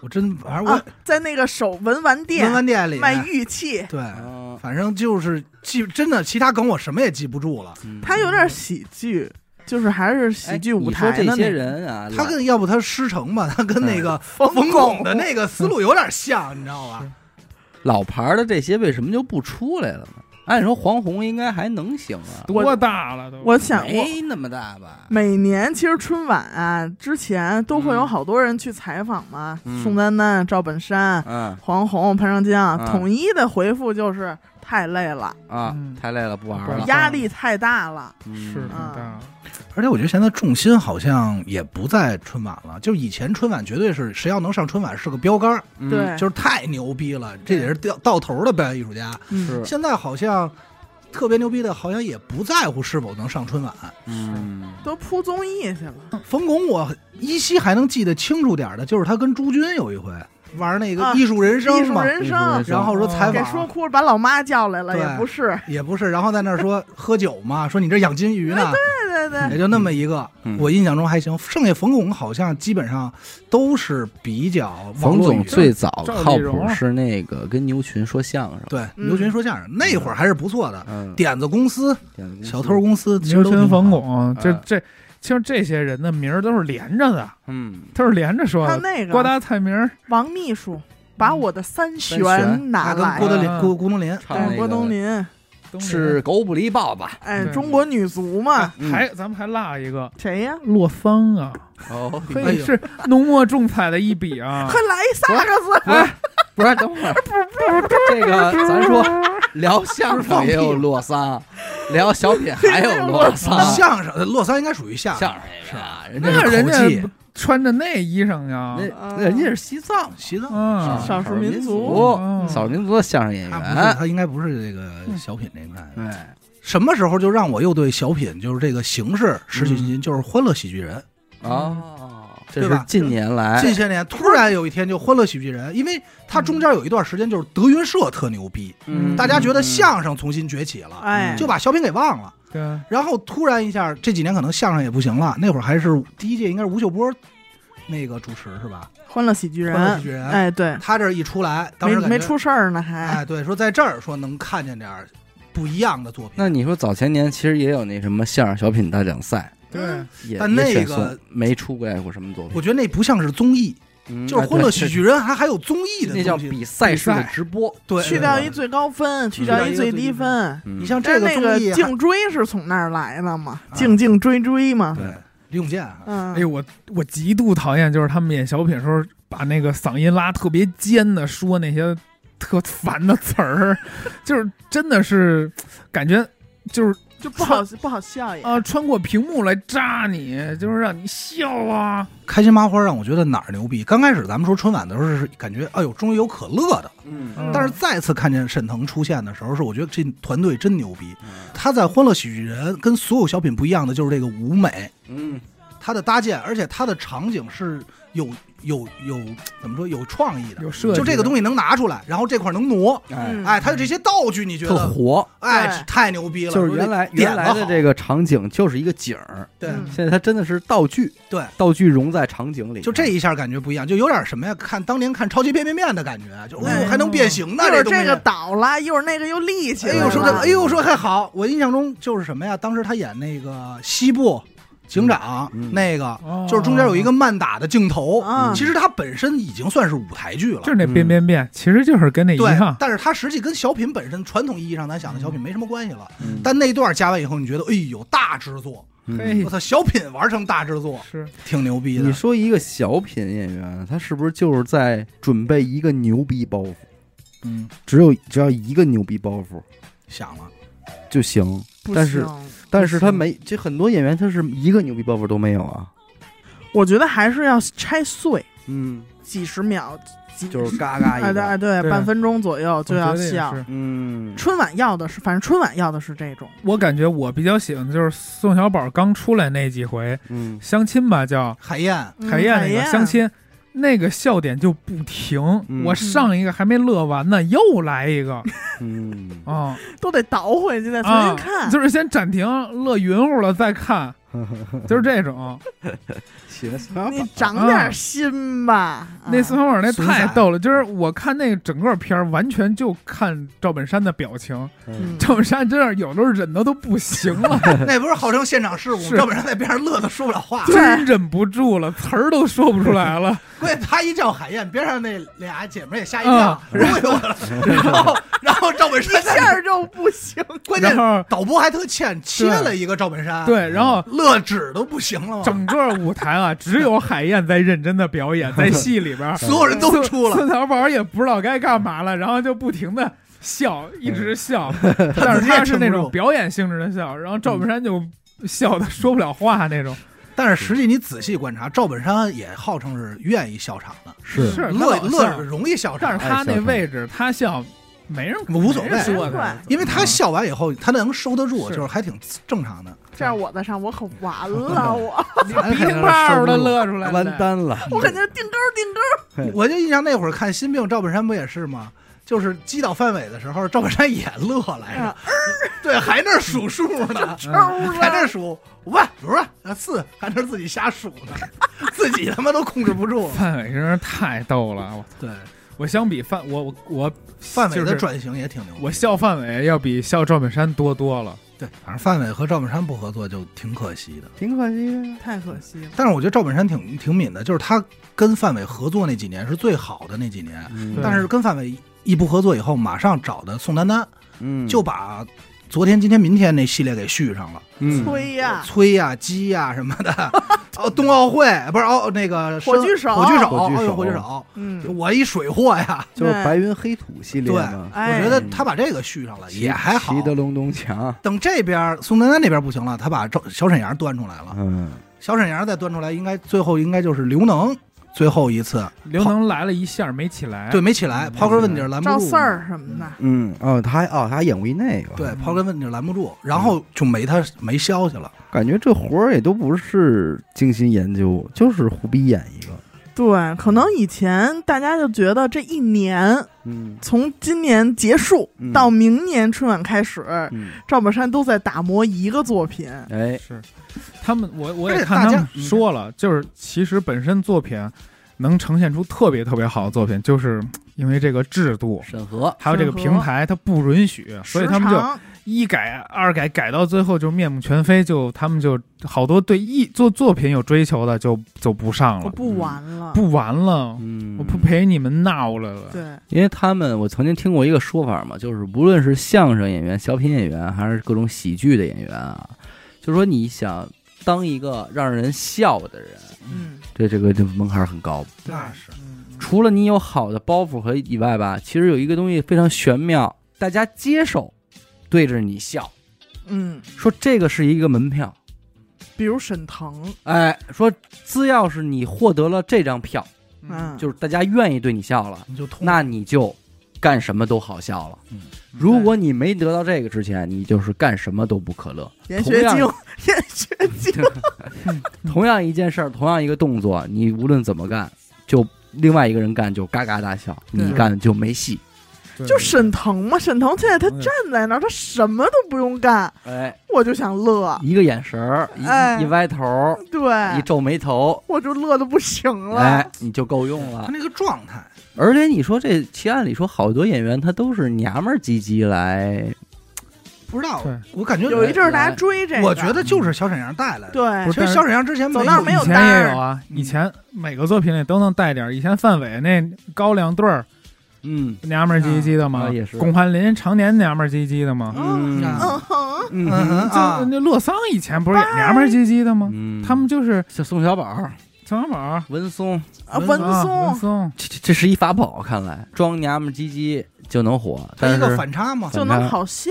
Speaker 2: 我真反正我
Speaker 3: 啊，在那个手文玩店
Speaker 2: 文玩店里
Speaker 3: 卖玉器，
Speaker 2: 对，
Speaker 1: 啊，
Speaker 2: 反正就是记真的，其他梗我什么也记不住了。
Speaker 1: 嗯
Speaker 3: 它有点喜剧，就是还是喜剧舞台
Speaker 1: 哎你
Speaker 3: 的
Speaker 1: 说这些
Speaker 3: 那种。
Speaker 1: 人啊，
Speaker 2: 他
Speaker 1: 懒
Speaker 2: 跟要不他师承吧，他跟那个冯
Speaker 3: 嗯冯
Speaker 2: 巩
Speaker 3: 巩
Speaker 2: 的那个思路有点像，你知道吧？
Speaker 1: 老牌儿的这些为什么就不出来了呢？按说黄宏应该还能行啊，
Speaker 4: 多大了都？
Speaker 3: 我想过，
Speaker 1: 没那么大吧？
Speaker 3: 每年其实春晚啊之前都会有
Speaker 1: 嗯
Speaker 3: 好多人去采访嘛，
Speaker 1: 嗯
Speaker 3: 宋丹丹、赵本山、
Speaker 1: 嗯
Speaker 3: 黄宏、潘长江，
Speaker 1: 嗯
Speaker 3: 统一的回复就是太累了，
Speaker 1: 啊
Speaker 4: 嗯，
Speaker 1: 太累了，不玩儿
Speaker 4: 不玩
Speaker 1: 了
Speaker 2: 啊
Speaker 4: 儿。
Speaker 3: 压力太大了。
Speaker 1: 嗯
Speaker 4: 是挺大了，
Speaker 2: 而且我觉得现在重心好像也不在春晚了，就以前春晚绝对是谁要能上春晚是个标杆儿，
Speaker 1: 嗯
Speaker 3: 对，
Speaker 2: 就是太牛逼了，这也是到到头的表演艺术家。
Speaker 3: 嗯
Speaker 1: 是
Speaker 2: 现在好像特别牛逼的，好像也不在乎是否能上春晚。
Speaker 1: 嗯
Speaker 3: 都扑综艺去了。
Speaker 2: 冯巩我依稀还能记得清楚点儿的，就是他跟朱军有一回玩那个
Speaker 3: 啊
Speaker 2: 艺术人
Speaker 3: 艺
Speaker 2: 生
Speaker 3: 术
Speaker 2: 嘛，
Speaker 3: 人生哦
Speaker 1: 艺术人生
Speaker 2: 然后说采
Speaker 3: 给说
Speaker 2: 访。
Speaker 3: 哭了，把老妈叫来了，
Speaker 2: 对
Speaker 3: 也不是，
Speaker 2: 也不是，然后在那儿说喝酒嘛，说你这养金鱼呢，
Speaker 3: 对对对，
Speaker 2: 也就那么一个。
Speaker 1: 嗯
Speaker 2: 我印象中还行，剩下冯巩好像基本上都是比较网
Speaker 1: 冯
Speaker 2: 络语
Speaker 1: 总最早
Speaker 4: 赵丽
Speaker 1: 靠
Speaker 4: 蓉
Speaker 1: 谱
Speaker 4: 啊
Speaker 1: 是那个跟牛群说相声，
Speaker 2: 对
Speaker 3: 嗯
Speaker 2: 牛群说相声那会儿还是不错的，
Speaker 1: 嗯，
Speaker 2: 点子公司、
Speaker 1: 点子公司
Speaker 2: 小偷，公司其实
Speaker 4: 牛
Speaker 2: 都挺
Speaker 4: 群、冯
Speaker 2: 好。
Speaker 4: 巩，这这，其实这些人的名儿都是连着的，
Speaker 1: 嗯，
Speaker 4: 都是连着说
Speaker 3: 他
Speaker 4: 的。
Speaker 3: 那
Speaker 4: 郭
Speaker 3: 个
Speaker 4: 达、蔡明儿，
Speaker 3: 王秘书把我的三
Speaker 1: 三
Speaker 3: 拿
Speaker 2: 他嗯跟
Speaker 3: 来
Speaker 2: 郭
Speaker 4: 德
Speaker 2: 德林、
Speaker 4: 纲
Speaker 2: 郭郭冬临，
Speaker 1: 唱那
Speaker 3: 对
Speaker 1: 个
Speaker 3: 郭冬临，
Speaker 4: 东林
Speaker 1: 是狗不理豹吧？
Speaker 3: 哎，
Speaker 4: 对
Speaker 3: 中国女足
Speaker 2: 哎
Speaker 3: 嘛，
Speaker 1: 嗯
Speaker 4: 还咱们还落一个
Speaker 3: 谁呀？
Speaker 4: 洛桑啊，
Speaker 1: 哦，
Speaker 4: 嘿，是浓墨重彩的一
Speaker 3: *laughs*
Speaker 4: 笔啊
Speaker 3: 快！来一萨克斯！
Speaker 1: 哎，不是，等会儿，这个咱说聊相声也有洛桑，聊小品还有洛桑，
Speaker 2: 相声，洛桑应该属于相声，
Speaker 1: 相声也是啊，人家
Speaker 2: 那
Speaker 4: 那
Speaker 2: 是
Speaker 4: 人
Speaker 2: 口技
Speaker 4: 家穿着那衣裳呀，
Speaker 1: 那那人家是哦西藏
Speaker 2: 西藏。
Speaker 1: 嗯
Speaker 4: 啊，
Speaker 3: 少数民
Speaker 1: 族
Speaker 4: 嗯
Speaker 1: 少数民族的相声演
Speaker 2: 他不嗯是，
Speaker 1: 员，
Speaker 2: 他应该不是这个小品这一块的。
Speaker 1: 哎，
Speaker 2: 什么时候就让我又对小品就是这个形式失去
Speaker 1: 嗯
Speaker 2: 信心？就是《欢乐喜剧人
Speaker 1: 哦，这
Speaker 2: 对
Speaker 1: 是
Speaker 2: 吧
Speaker 1: 近年》来
Speaker 2: 近些年突然有一天就《欢乐喜剧人》，因为它中间有一段时间就是德云社特牛逼，
Speaker 1: 嗯
Speaker 2: 大家觉得相声重新崛起了，
Speaker 3: 哎，
Speaker 2: 嗯就把小品给忘了。
Speaker 4: 对，
Speaker 2: 然后突然一下，这几年可能相声也不行了，那会儿还是第一届应该是吴秀波那个主持是吧？
Speaker 3: 欢乐喜剧
Speaker 2: 《
Speaker 3: 人
Speaker 2: 欢乐喜剧人》
Speaker 3: 哎，对，
Speaker 2: 他这一出来，当
Speaker 3: 没
Speaker 2: 时感
Speaker 3: 没
Speaker 2: 觉
Speaker 3: 出事儿呢，还
Speaker 2: 哎，对，说在这儿说能看见点儿不一样的作品。
Speaker 1: 那你说早前年其实也有那什么相声小品大奖赛，
Speaker 4: 对，
Speaker 1: 也
Speaker 2: 但那个
Speaker 1: 也选送没出过过什么作
Speaker 2: 我
Speaker 1: 品，
Speaker 2: 觉得那不像是综艺，
Speaker 1: 嗯
Speaker 3: 哎
Speaker 2: 就是《欢乐喜剧人》还还有综
Speaker 1: 哎
Speaker 2: 艺
Speaker 1: 对
Speaker 2: 的
Speaker 1: 那叫
Speaker 2: 东西。
Speaker 1: 比赛式的
Speaker 4: 比赛
Speaker 1: 直播，
Speaker 2: 对，
Speaker 3: 去掉一最高分，去掉一最低分。
Speaker 1: 嗯
Speaker 2: 你像
Speaker 3: 但
Speaker 2: 这
Speaker 3: 是
Speaker 2: 个
Speaker 3: 那
Speaker 2: 综
Speaker 3: 个
Speaker 2: 艺还，
Speaker 3: 颈椎是从那儿来的嘛？
Speaker 2: 啊
Speaker 3: 静静追追嘛。
Speaker 2: 对李永健啊，
Speaker 3: 嗯
Speaker 4: 哎，呦，我我极度讨厌，就是他们演小品的时候把那个嗓音拉特别尖的说那些特烦的词儿， *laughs* 就是真的是感觉就是
Speaker 3: 就不好不好笑也。
Speaker 4: 啊、穿过屏幕来扎你，就是让你笑啊。
Speaker 2: 开心麻花让我觉得哪儿牛逼？刚开始咱们说春晚的时候是感觉，哎呦，终于有可乐的了。
Speaker 1: 嗯
Speaker 4: 嗯
Speaker 2: 但是再次看见沈腾出现的时候，是我觉得这团队真牛逼。
Speaker 1: 嗯
Speaker 2: 他在《欢乐喜剧人》跟所有小品不一样的就是这个舞美，
Speaker 1: 嗯，
Speaker 2: 他的搭建，而且他的场景是有有有怎么说有创意的，
Speaker 4: 有设计的
Speaker 2: 就这个东西能拿出来，然后这块能挪，
Speaker 1: 哎，
Speaker 3: 嗯
Speaker 2: 哎，他有这些道具，你觉
Speaker 1: 特
Speaker 2: 得
Speaker 1: 活，
Speaker 2: 哎
Speaker 3: 对
Speaker 2: 太牛逼了，
Speaker 1: 就是原来原来的这个
Speaker 2: 个
Speaker 1: 场景就是一个景儿，
Speaker 2: 对。
Speaker 3: 嗯
Speaker 1: 现在它真的是道具，
Speaker 2: 对，
Speaker 1: 道具融在场景里，
Speaker 2: 就这一下感觉不一样，就有点什么呀？看当年看《超级变变变》的感觉，就哎呦
Speaker 3: 嗯
Speaker 2: 还能变形呢，
Speaker 3: 一会儿
Speaker 2: 东西。
Speaker 3: 这个倒了，一会儿那个又立起来
Speaker 2: 哎
Speaker 3: 了。
Speaker 2: 呦说
Speaker 1: 这
Speaker 2: 的，哎呦说还好，我印象中就是什么呀？当时他演那个西部警长、
Speaker 1: 嗯嗯
Speaker 2: 那个，
Speaker 4: 哦
Speaker 2: 就是中间有一个，慢打的镜头。
Speaker 3: 啊，
Speaker 2: 其实他本身已经算是舞台剧了
Speaker 4: 就，是啊那变变变，其实就是跟那一
Speaker 2: 对
Speaker 4: 样，。
Speaker 2: 但是他实际跟小品本身传统意义上咱想的小品没什么关系了。
Speaker 1: 嗯，
Speaker 2: 但那段加完以后，你觉得哎呦大制作，
Speaker 4: 嘿
Speaker 2: 我操，小品玩成大制作，
Speaker 4: 是
Speaker 2: 挺牛逼
Speaker 1: 你
Speaker 2: 的。
Speaker 1: 说一个小品演员，他是不是就是在准备一个牛逼包袱？
Speaker 2: 嗯，
Speaker 1: 只有只要一个牛逼包袱
Speaker 2: 想了，
Speaker 1: 就行，
Speaker 3: 不
Speaker 1: 但是
Speaker 3: 行
Speaker 1: 但是他没这很多演员他是一个牛逼包袱都没有啊。
Speaker 3: 我觉得还是要拆碎，
Speaker 1: 嗯，
Speaker 3: 几十秒，几
Speaker 1: 就是嘎嘎
Speaker 3: 哎
Speaker 1: 一
Speaker 3: 对哎
Speaker 1: 个，
Speaker 3: 对，
Speaker 4: 对
Speaker 3: 半分钟左右就要
Speaker 4: 我觉得也
Speaker 3: 笑。
Speaker 4: 是
Speaker 1: 嗯，
Speaker 3: 春晚要的是，反正春晚要的是这种，
Speaker 4: 我感觉我比较喜欢的就是宋小宝刚出来那几回
Speaker 1: 嗯，
Speaker 4: 相亲吧，叫
Speaker 2: 海燕
Speaker 4: *laughs*
Speaker 3: 嗯
Speaker 4: 海燕那个相亲，那个笑点就不停。
Speaker 1: 嗯
Speaker 4: 我上一个还没乐完呢，又来一个
Speaker 1: 嗯，
Speaker 4: 啊
Speaker 3: 都得倒回去再重
Speaker 4: 啊
Speaker 3: 新看！。
Speaker 4: 就是先暂停，乐晕乎了再看，就是这
Speaker 2: 啊
Speaker 4: 种。
Speaker 1: 行，
Speaker 3: 你长点心吧，啊
Speaker 4: 那宋小宝那
Speaker 2: 损色
Speaker 4: 太逗了，就是我看那整个片儿，完全就看赵本山的表情。
Speaker 1: 嗯
Speaker 4: 赵本山真是有的时候忍的都不行
Speaker 2: *laughs*
Speaker 4: 了，
Speaker 2: 那不是号称现场事故吗，
Speaker 4: 是
Speaker 2: 要不然在边上乐的说不了话。
Speaker 4: 真忍不住了，词儿都说不出来了。
Speaker 2: 关键他一叫海燕，边上那俩姐妹也吓一跳
Speaker 4: 啊，
Speaker 2: 然后然后赵本山
Speaker 3: 一下就不行。
Speaker 2: *laughs*
Speaker 4: *laughs*
Speaker 2: 关键啊
Speaker 4: 然后
Speaker 2: 导播还特欠，切了一个赵本山，，
Speaker 4: 对，然后
Speaker 2: 乐纸都不行了嘛，
Speaker 4: 整个舞台
Speaker 2: *laughs*
Speaker 4: 啊，只有海燕在认真的表演，在戏里边儿，
Speaker 2: 所有人 *laughs* 都出了，
Speaker 4: 孙小宝也不知道该干嘛了，然后就不停的笑，一直笑，但是他是那种表演性质的笑，然后赵本山就笑的说不了话那种，
Speaker 2: 但是实际你仔细观察，赵本山也号称是愿意笑场的，
Speaker 1: 是
Speaker 4: 是
Speaker 2: 乐
Speaker 4: 他老
Speaker 2: 乐
Speaker 4: 笑
Speaker 2: 容易笑
Speaker 4: 但是
Speaker 2: 场，
Speaker 4: 他那位置他笑没人
Speaker 2: 无所谓
Speaker 4: 没人说
Speaker 3: 对
Speaker 4: 的，
Speaker 2: 因为他笑完以后，他能收得住，
Speaker 4: 嗯是
Speaker 2: 就是还挺正常的。
Speaker 3: 这样我再上，我可完
Speaker 4: *laughs*
Speaker 3: 了，我
Speaker 4: 鼻涕泡都乐出来
Speaker 1: 完
Speaker 4: 了。
Speaker 1: 蛋了，
Speaker 3: 我感觉定根儿定根儿。
Speaker 1: 对
Speaker 2: 我就印象那会儿看《新病》，赵本山不也是吗？就是击倒范伟的时候，赵本山也乐来着，对，还那儿数数呢，
Speaker 4: 嗯
Speaker 2: 还那儿数五万、九万、呃四，还那儿自己瞎数呢，自己他妈都控制不住。
Speaker 4: *laughs* 范伟真是太逗了，我
Speaker 2: 对，
Speaker 4: 我相比范我我我
Speaker 2: 范伟
Speaker 4: 就
Speaker 2: 的
Speaker 4: 是
Speaker 2: 转型也挺牛。
Speaker 4: 我笑范伟要比笑赵本山多多了，
Speaker 2: 对，反正范伟和赵本山不合作就挺可惜的。
Speaker 1: 挺可惜的。
Speaker 3: 太可惜了，
Speaker 2: 但是我觉得赵本山挺挺敏的，就是他跟范伟合作那几年是最好的那几年，
Speaker 1: 嗯
Speaker 4: 对
Speaker 2: 但是跟范伟一不合作以后，马上找的宋丹丹，
Speaker 1: 嗯
Speaker 2: 就把昨天、今天、明天那系列给续上了，
Speaker 1: 嗯，
Speaker 3: 吹呀，
Speaker 2: 崔呀、鸡呀啊什么
Speaker 3: *laughs*
Speaker 2: 的，哦，冬奥会不是哦那个
Speaker 3: 火炬手
Speaker 2: 火炬手，
Speaker 1: 火炬手
Speaker 2: 奥运火炬手，
Speaker 3: 嗯，
Speaker 2: 我一水货呀，
Speaker 1: 就是白云黑土系列嘛，
Speaker 3: 对哎
Speaker 2: 我觉得他把这个续上了
Speaker 1: 骑
Speaker 2: 也还好
Speaker 1: 骑。得隆咚锵，
Speaker 2: 等这边宋丹丹那边不行了，他把赵小沈阳端出来了，
Speaker 1: 嗯，
Speaker 2: 小沈阳再端出来，应该最后应该就是刘能最后一次，
Speaker 4: 刘能来了一下没起
Speaker 1: 哎
Speaker 4: 来，
Speaker 2: 对，没起来，
Speaker 4: 嗯
Speaker 2: 刨根问底儿拦不
Speaker 3: 赵
Speaker 2: 住，
Speaker 3: 四儿什么的，
Speaker 1: 嗯，哦，他还哦，他还演过一那个，
Speaker 2: 对，刨根问底儿拦不住，然
Speaker 1: 嗯
Speaker 2: 后就没他没消息了。
Speaker 1: 感觉这活儿也都不是精心研究，就是胡逼演一个，
Speaker 3: 对，可能以前大家就觉得这一年
Speaker 1: 嗯
Speaker 3: 从今年结束
Speaker 1: 嗯
Speaker 3: 到明年春晚开始，
Speaker 1: 嗯，
Speaker 3: 赵本山都在打磨一个作品。
Speaker 1: 哎，
Speaker 4: 是他们，我我
Speaker 2: 而
Speaker 4: 也
Speaker 2: 且
Speaker 4: 看他
Speaker 2: 大
Speaker 4: 们
Speaker 2: 家
Speaker 4: 说了，就是其实本身作品能呈现出特别特别好的作品，就是因为这个制度。
Speaker 1: 审核，
Speaker 4: 还有这个
Speaker 3: 审核
Speaker 4: 平台，它不允许，所以他们
Speaker 3: 时
Speaker 4: 就嗯
Speaker 3: 长
Speaker 4: 一改二改，改到最后就面目全非，就他们就好多对艺做作品有追求的就就不上
Speaker 3: 我
Speaker 4: 了，
Speaker 3: 不玩了，
Speaker 4: 不玩了，
Speaker 1: 嗯，
Speaker 4: 我不陪你们闹来了。
Speaker 3: 对，
Speaker 1: 因为他们，我曾经听过一个说法嘛，就是无论是相声演员、小品演员，还是各种喜剧的演员啊，就是说你想当一个让人笑的人，
Speaker 3: 嗯，
Speaker 1: 这这个这门槛很高。
Speaker 2: 那是
Speaker 1: 除了你有好的包袱和以外吧，其实有一个东西非常玄妙，大家接受，对着你笑，
Speaker 3: 嗯，
Speaker 1: 说这个是一个门票，
Speaker 3: 比如沈腾，
Speaker 1: 哎，说只要是你获得了这张票，
Speaker 3: 嗯，
Speaker 1: 就是大家愿意对你笑了，
Speaker 2: 你就通
Speaker 1: 那你就干什么都好笑了。如果你没得到这个之前，你就是干什么都不可乐。
Speaker 3: 闫
Speaker 1: 同
Speaker 3: 学
Speaker 1: 样
Speaker 3: *laughs* 晶，闫学晶，
Speaker 1: 同样一件事儿，同样一个动作，你无论怎么干，就另外一个人干就嘎嘎大笑，
Speaker 3: 对
Speaker 1: 你干就没戏。
Speaker 4: 对
Speaker 3: 就沈腾嘛，沈腾现在他
Speaker 4: 嗯
Speaker 3: 站在那儿，他什么都不用干，
Speaker 1: 哎，
Speaker 3: 我就想乐，
Speaker 1: 一个眼神儿，一、
Speaker 3: 哎
Speaker 1: 一歪头儿，一
Speaker 3: 对，
Speaker 1: 皱眉头，
Speaker 3: 我就乐的不行了
Speaker 1: 哎。，你就够用了
Speaker 2: 他。那个状态，
Speaker 1: 而且你说这，其按理说好多演员他都是娘们儿唧唧来，
Speaker 2: 不知道
Speaker 4: 对，
Speaker 2: 我感觉
Speaker 3: 有一阵儿大家追这个，
Speaker 2: 我觉得就是小沈阳带来的。
Speaker 3: 对
Speaker 4: 不
Speaker 2: 其实小沈阳之前
Speaker 3: 走道
Speaker 4: 以
Speaker 3: 没有
Speaker 4: 前
Speaker 3: 单儿嗯
Speaker 4: 也有啊，以前每个作品里都能带点儿。以前范伟那高粱对儿
Speaker 1: 嗯
Speaker 4: 娘们儿唧唧的嘛，
Speaker 1: 啊也是
Speaker 4: 巩汉林常年娘们儿唧唧的嘛。
Speaker 1: 嗯
Speaker 3: 嗯哼，
Speaker 1: 嗯
Speaker 2: 嗯哼啊
Speaker 4: 就，那乐桑以前不是也娘们儿唧唧的吗？
Speaker 1: 嗯
Speaker 4: 他们就是
Speaker 1: 像宋小宝、
Speaker 4: 陈小宝、
Speaker 1: 文松，
Speaker 3: 啊
Speaker 4: 文
Speaker 3: 文
Speaker 4: 啊文
Speaker 3: 松
Speaker 4: 松，
Speaker 1: 这这这是一法宝，看来装娘们儿唧唧就能火，
Speaker 2: 他
Speaker 1: 但
Speaker 2: 一个
Speaker 1: 是
Speaker 2: 反差嘛，
Speaker 3: 就能好笑，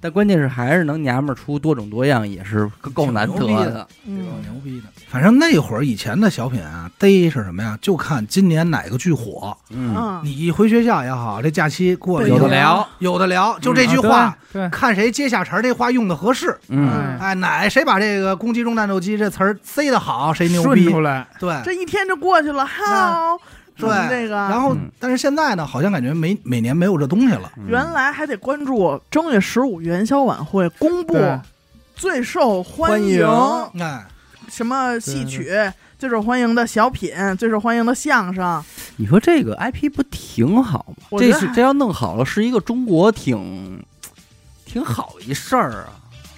Speaker 1: 但关键是还是能娘们儿出多种多样，也是够难得
Speaker 2: 挺牛逼的。
Speaker 3: 嗯，
Speaker 2: 牛逼的。反正那会儿以前的小品啊，逮是什么呀？就看今年哪个剧火。
Speaker 1: 嗯，
Speaker 3: 嗯，
Speaker 2: 你一回学校也好，这假期过了
Speaker 3: 对
Speaker 1: 有的
Speaker 2: 聊，
Speaker 1: 聊，
Speaker 2: 有的聊，
Speaker 3: 嗯
Speaker 2: 就这
Speaker 4: 这
Speaker 2: 句话，，
Speaker 4: 嗯啊对，
Speaker 2: 看谁接下茬儿，这话用的合适。
Speaker 1: 嗯，
Speaker 4: 嗯
Speaker 2: 哎，哪谁把这个攻击中战斗机这词儿塞的好，谁牛
Speaker 4: 顺
Speaker 2: 逼
Speaker 4: 出。来，
Speaker 2: 对
Speaker 3: 这一天就过去了，好，
Speaker 2: 对
Speaker 3: 什么这个，
Speaker 2: 然后
Speaker 1: 嗯，
Speaker 2: 但是现在呢，好像感觉每每年没有这东西了。
Speaker 3: 原来还得关注正月十五元宵晚会公布
Speaker 4: 对
Speaker 3: 最受欢迎嗯
Speaker 2: 哎，
Speaker 3: 什么戏
Speaker 4: 对
Speaker 3: 曲、最受欢迎的小品、最受欢迎的相声，
Speaker 1: 你说这个 IP 不挺好吗？
Speaker 3: 我觉
Speaker 1: 这
Speaker 3: 得
Speaker 1: 是
Speaker 3: 还
Speaker 1: 这要弄好了，是一个中国挺挺好一事儿啊，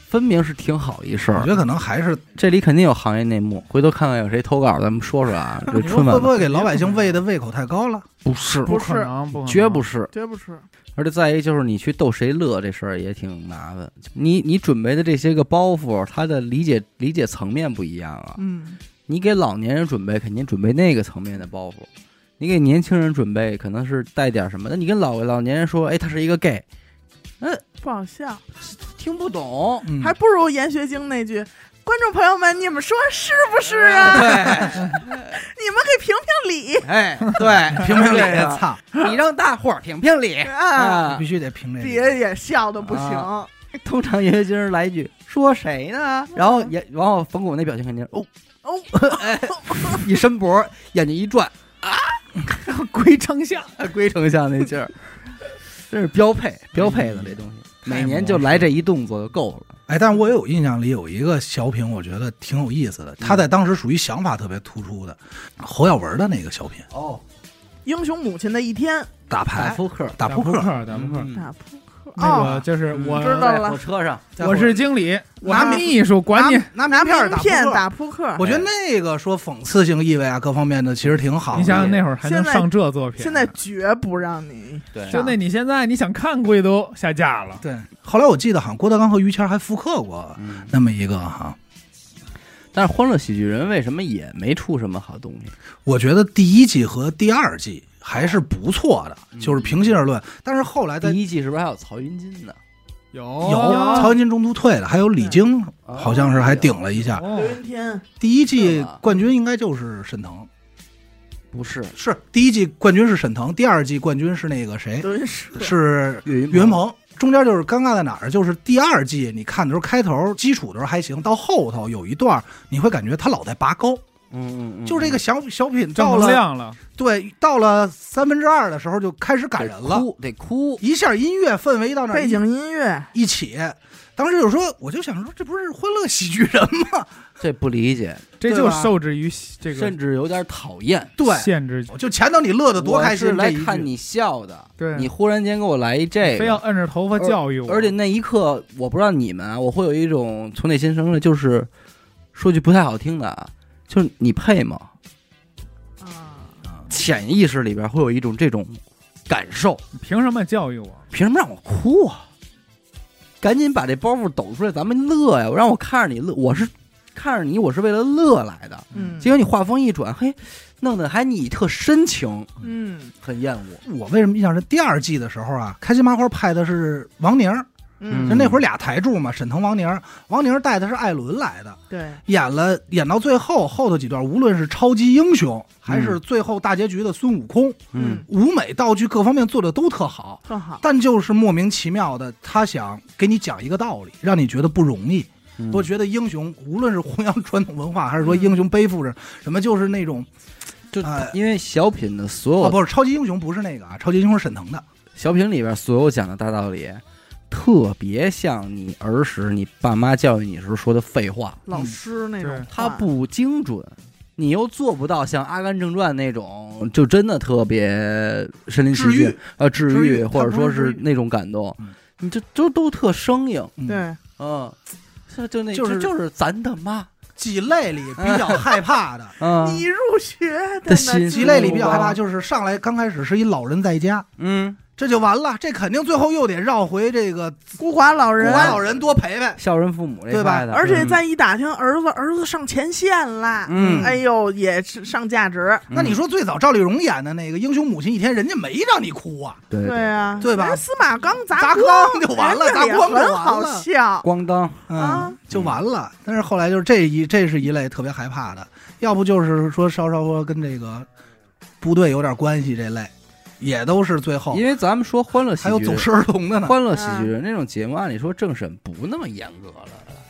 Speaker 1: 分明是挺好一事
Speaker 2: 我
Speaker 1: 儿
Speaker 2: 觉。得可能还是
Speaker 1: 这里肯定有行业内幕，回头看看有谁投稿，咱们说说
Speaker 2: *laughs*
Speaker 1: 啊。这
Speaker 2: 你说
Speaker 1: 春
Speaker 2: 会
Speaker 1: 晚
Speaker 2: 不会给老百姓喂的胃口太高了？
Speaker 1: 不是，
Speaker 3: 不
Speaker 4: 可
Speaker 3: 是
Speaker 4: 能，不可能
Speaker 1: 绝不是。
Speaker 3: 绝不是。
Speaker 1: 而且再一个就是你去逗谁乐这事儿也挺麻烦，你你准备的这些个包袱，他的理解理解层面不一样啊。
Speaker 3: 嗯，
Speaker 1: 你给老年人准备，肯定准备那个层面的包袱；你给年轻人准备，可能是带点什么。那你跟老老年人说，哎，他是一个 gay，
Speaker 3: 不好笑，
Speaker 1: 听不懂。
Speaker 2: 嗯
Speaker 3: 还不如闫学晶那句。观众朋友们，你们说是不是
Speaker 1: 啊
Speaker 3: 啊呀、
Speaker 1: *laughs* 对，
Speaker 3: 你们给评评理
Speaker 1: 哎， *laughs* 对，
Speaker 2: 评评理，
Speaker 1: 对啊
Speaker 2: 操，
Speaker 1: 你让大伙儿评评理 *laughs*
Speaker 3: 啊！
Speaker 1: 啊
Speaker 2: 必。须得评这
Speaker 3: 别
Speaker 2: 个。
Speaker 3: 也笑的不行，
Speaker 1: 啊通常音乐人来一句说谁呢？然后也，然后冯巩那表情肯定是哦
Speaker 3: 哦，
Speaker 1: 哎， *laughs* 一伸脖，眼睛一转，
Speaker 2: 啊
Speaker 4: 归
Speaker 2: *laughs*
Speaker 4: 丞相，
Speaker 1: *laughs* 龟丞相那劲儿， *laughs* 这是标配标配的这东西，
Speaker 2: 嗯太
Speaker 1: 每年就来这一动作就够了。
Speaker 2: 哎，但我有印象里有一个小品，我觉得挺有意思的。他在当时属于想法特别突出的，侯耀文的那个小品，
Speaker 1: 哦，
Speaker 3: 英雄母亲的一天
Speaker 2: 打
Speaker 1: 打
Speaker 2: 牌、
Speaker 1: 扑克，嗯
Speaker 2: 打扑
Speaker 4: 扑
Speaker 2: 克，
Speaker 4: 打扑克，
Speaker 3: 打扑克，
Speaker 4: 那
Speaker 3: 哦
Speaker 4: 个就是我，
Speaker 3: 知道了
Speaker 1: 我车上
Speaker 2: 在
Speaker 4: 我是经理，
Speaker 2: 啊我
Speaker 4: 拿秘书管你。
Speaker 2: 拿拿名
Speaker 3: 拿
Speaker 2: 片儿
Speaker 3: 名片
Speaker 2: 扑克
Speaker 3: 打扑克，
Speaker 2: 我觉得那个说讽刺性意味啊，各方面的其实挺好的。
Speaker 4: 你想想那会儿还能
Speaker 3: 现在
Speaker 4: 上这作品，
Speaker 3: 现在绝不让你
Speaker 1: 对
Speaker 4: 就那你现在你想看估计都下架了。
Speaker 2: 对，后来我记得好像郭德纲和于谦还复刻过
Speaker 1: 嗯，
Speaker 2: 那么一个哈。
Speaker 1: 但是《欢乐喜剧人》为什么也没出什么好东西？
Speaker 2: 我觉得第一季和第二季还是不错的，就是平心而论。但是后来在
Speaker 1: 第一季是不是还有曹云金呢？
Speaker 4: 有哦
Speaker 2: 有曹云金中途退了，还有李菁
Speaker 1: 哦
Speaker 2: 好像是还顶了一下。
Speaker 3: 刘
Speaker 4: 哦
Speaker 3: 云天
Speaker 2: 第一季
Speaker 1: 是吗
Speaker 2: 冠军应该就是沈腾，
Speaker 1: 不是
Speaker 2: 是第一季冠军是沈腾，第二季冠军是那个谁，
Speaker 3: 刘云石
Speaker 2: 是
Speaker 1: 岳云
Speaker 2: 岳云鹏。中间就是尴尬在哪儿，就是第二季你看的时候，开头基础的时候还行，到后头有一段儿你会感觉他老在拔高，
Speaker 1: 嗯嗯嗯，
Speaker 2: 就是这个小小品到
Speaker 4: 正能
Speaker 2: 了
Speaker 4: 量了，
Speaker 2: 对，到了三分之二的时候就开始感人
Speaker 1: 得
Speaker 2: 了，
Speaker 1: 哭得哭，
Speaker 2: 一下音乐氛围一到那儿
Speaker 3: 背景音乐，
Speaker 2: 一起，当时就说，我就想说，这不是欢乐喜剧人吗？
Speaker 1: 这不理解，
Speaker 4: 这
Speaker 2: 对
Speaker 4: 就
Speaker 2: 吧
Speaker 4: 受制于这个
Speaker 1: 甚至有点讨厌。
Speaker 2: 对，
Speaker 4: 限制，
Speaker 2: 就前头你乐得多开
Speaker 1: 我
Speaker 2: 心，
Speaker 1: 是来
Speaker 2: 这一句
Speaker 1: 看你笑的，
Speaker 4: 对
Speaker 1: 你忽然间给我来一这
Speaker 4: 非要
Speaker 1: 个，
Speaker 4: 摁着头发教育我，
Speaker 1: 而且那一刻，我不知道你们啊，我会有一种从内心生的，就是说句不太好听的啊，就是你配吗？
Speaker 3: 啊，
Speaker 1: 潜意识里边会有一种这种感受，
Speaker 4: 你凭什么教育我？
Speaker 1: 凭什么让我哭啊？赶紧把这包袱抖出来，咱们乐呀！我让我看着你乐，我是看着你，我是为了乐来的。
Speaker 3: 嗯
Speaker 1: 结果你话锋一转，嘿，弄得还你特深情，
Speaker 3: 嗯
Speaker 1: 很厌恶。
Speaker 2: 我为什么印象是第二季的时候啊，开心麻花派的是王宁，
Speaker 3: 嗯
Speaker 2: 就那会儿俩台柱嘛，沈腾、王宁，王宁带的是艾伦来的，
Speaker 3: 对，
Speaker 2: 演了演到最后后头几段，无论是超级英雄还
Speaker 1: 嗯
Speaker 2: 是最后大结局的孙悟空，
Speaker 3: 嗯，
Speaker 2: 舞美道具各方面做的都特好，
Speaker 3: 特好，
Speaker 2: 但就是莫名其妙的，他想给你讲一个道理，让你觉得不容易。
Speaker 1: 嗯
Speaker 2: 我觉得英雄无论是弘扬传统文化，还是说英雄背负着什么，就是那种
Speaker 1: 就
Speaker 2: 哎
Speaker 1: 因为小品的所有
Speaker 2: 哦，不是超级英雄，不是那个啊，超级英雄是沈腾的。
Speaker 1: 小品里边所有讲的大道理，特别像你儿时你爸妈教育你时候说的废话，
Speaker 3: 老师那种
Speaker 4: 对
Speaker 3: 话，
Speaker 1: 它不精准，你又做不到像《阿甘正传》那种，就真的特别身临其
Speaker 2: 治
Speaker 1: 境
Speaker 2: 愈，
Speaker 1: 呃，治
Speaker 2: 治愈
Speaker 1: 愈，或者
Speaker 2: 它不
Speaker 1: 说
Speaker 2: 是治愈
Speaker 1: 是那种感动
Speaker 2: 嗯，
Speaker 1: 你这都都特生硬，
Speaker 2: 嗯，
Speaker 3: 对，
Speaker 1: 嗯，就就那
Speaker 2: 就是
Speaker 1: 这就是咱的妈，
Speaker 2: 几类里比较害怕的，
Speaker 1: 嗯
Speaker 3: 你入学
Speaker 1: 的
Speaker 3: 的
Speaker 1: 心
Speaker 2: 几类里比较害
Speaker 1: 嗯
Speaker 2: 怕就是上来刚开始是一老人在家，
Speaker 1: 嗯，
Speaker 2: 这就完了，这肯定最后又得绕回这个
Speaker 3: 孤寡老
Speaker 2: 古
Speaker 3: 人，
Speaker 2: 玩老人多陪陪。
Speaker 1: 孝顺父母这
Speaker 2: 对吧
Speaker 1: 派的，
Speaker 3: 而且
Speaker 1: 嗯
Speaker 3: 再一打听，儿子儿子上前线啦，
Speaker 1: 嗯
Speaker 3: 哎呦，也是上价值，
Speaker 2: 那你说最早赵丽蓉演的那个《英雄母亲一天》，人家没让你哭啊，
Speaker 1: 对
Speaker 3: 对啊，
Speaker 2: 对吧
Speaker 3: 人司马刚
Speaker 2: 砸
Speaker 3: 砸
Speaker 2: 缸就完了
Speaker 3: 人家也
Speaker 2: 砸光就完了
Speaker 3: 很好笑
Speaker 1: 咣当，
Speaker 2: 嗯
Speaker 3: 啊，，
Speaker 2: 就完了。但是后来就是这一这是一类特别害怕的，要不就是说稍稍说跟这个部队有点关系这类，也都是最后
Speaker 1: 因为咱们说欢乐喜
Speaker 2: 还有
Speaker 1: 剧
Speaker 2: 走失儿童 *laughs* 的呢。
Speaker 1: 欢乐喜剧人这种节目，按理说政审不那么严格了。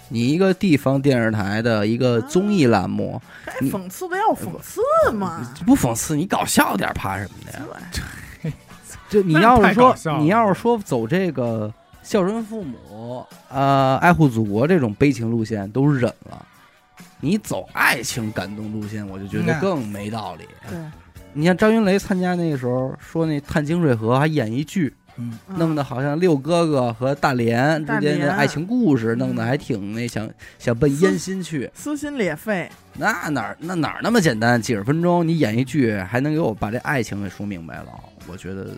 Speaker 1: 你一个地方电视台的一个综艺栏目，
Speaker 3: 该
Speaker 2: 嗯
Speaker 1: 你
Speaker 3: 讽刺的要讽刺嘛，
Speaker 1: 不讽刺你搞笑点儿怕什么的
Speaker 2: 嗯
Speaker 3: 对
Speaker 1: 呀？就你要
Speaker 4: 那
Speaker 1: 是
Speaker 4: 太搞
Speaker 1: 说
Speaker 4: 笑了
Speaker 1: 你要是说走这个孝顺父母、呃爱护祖国这种悲情路线都忍了，你走爱情感动路线，我就觉得
Speaker 2: 那
Speaker 1: 更没道理。
Speaker 2: 嗯
Speaker 3: 对，
Speaker 1: 你像张云雷参加那个时候说那探清水河还演一剧，
Speaker 2: 嗯，
Speaker 3: 嗯
Speaker 1: 弄得好像六哥哥和大连之间的爱情故事，
Speaker 3: 大连
Speaker 1: 弄得还挺那想想奔烟心去，
Speaker 3: 撕心裂肺，
Speaker 1: 那哪儿那哪儿那么简单？几十分钟你演一剧，还能给我把这爱情给说明白了，我觉得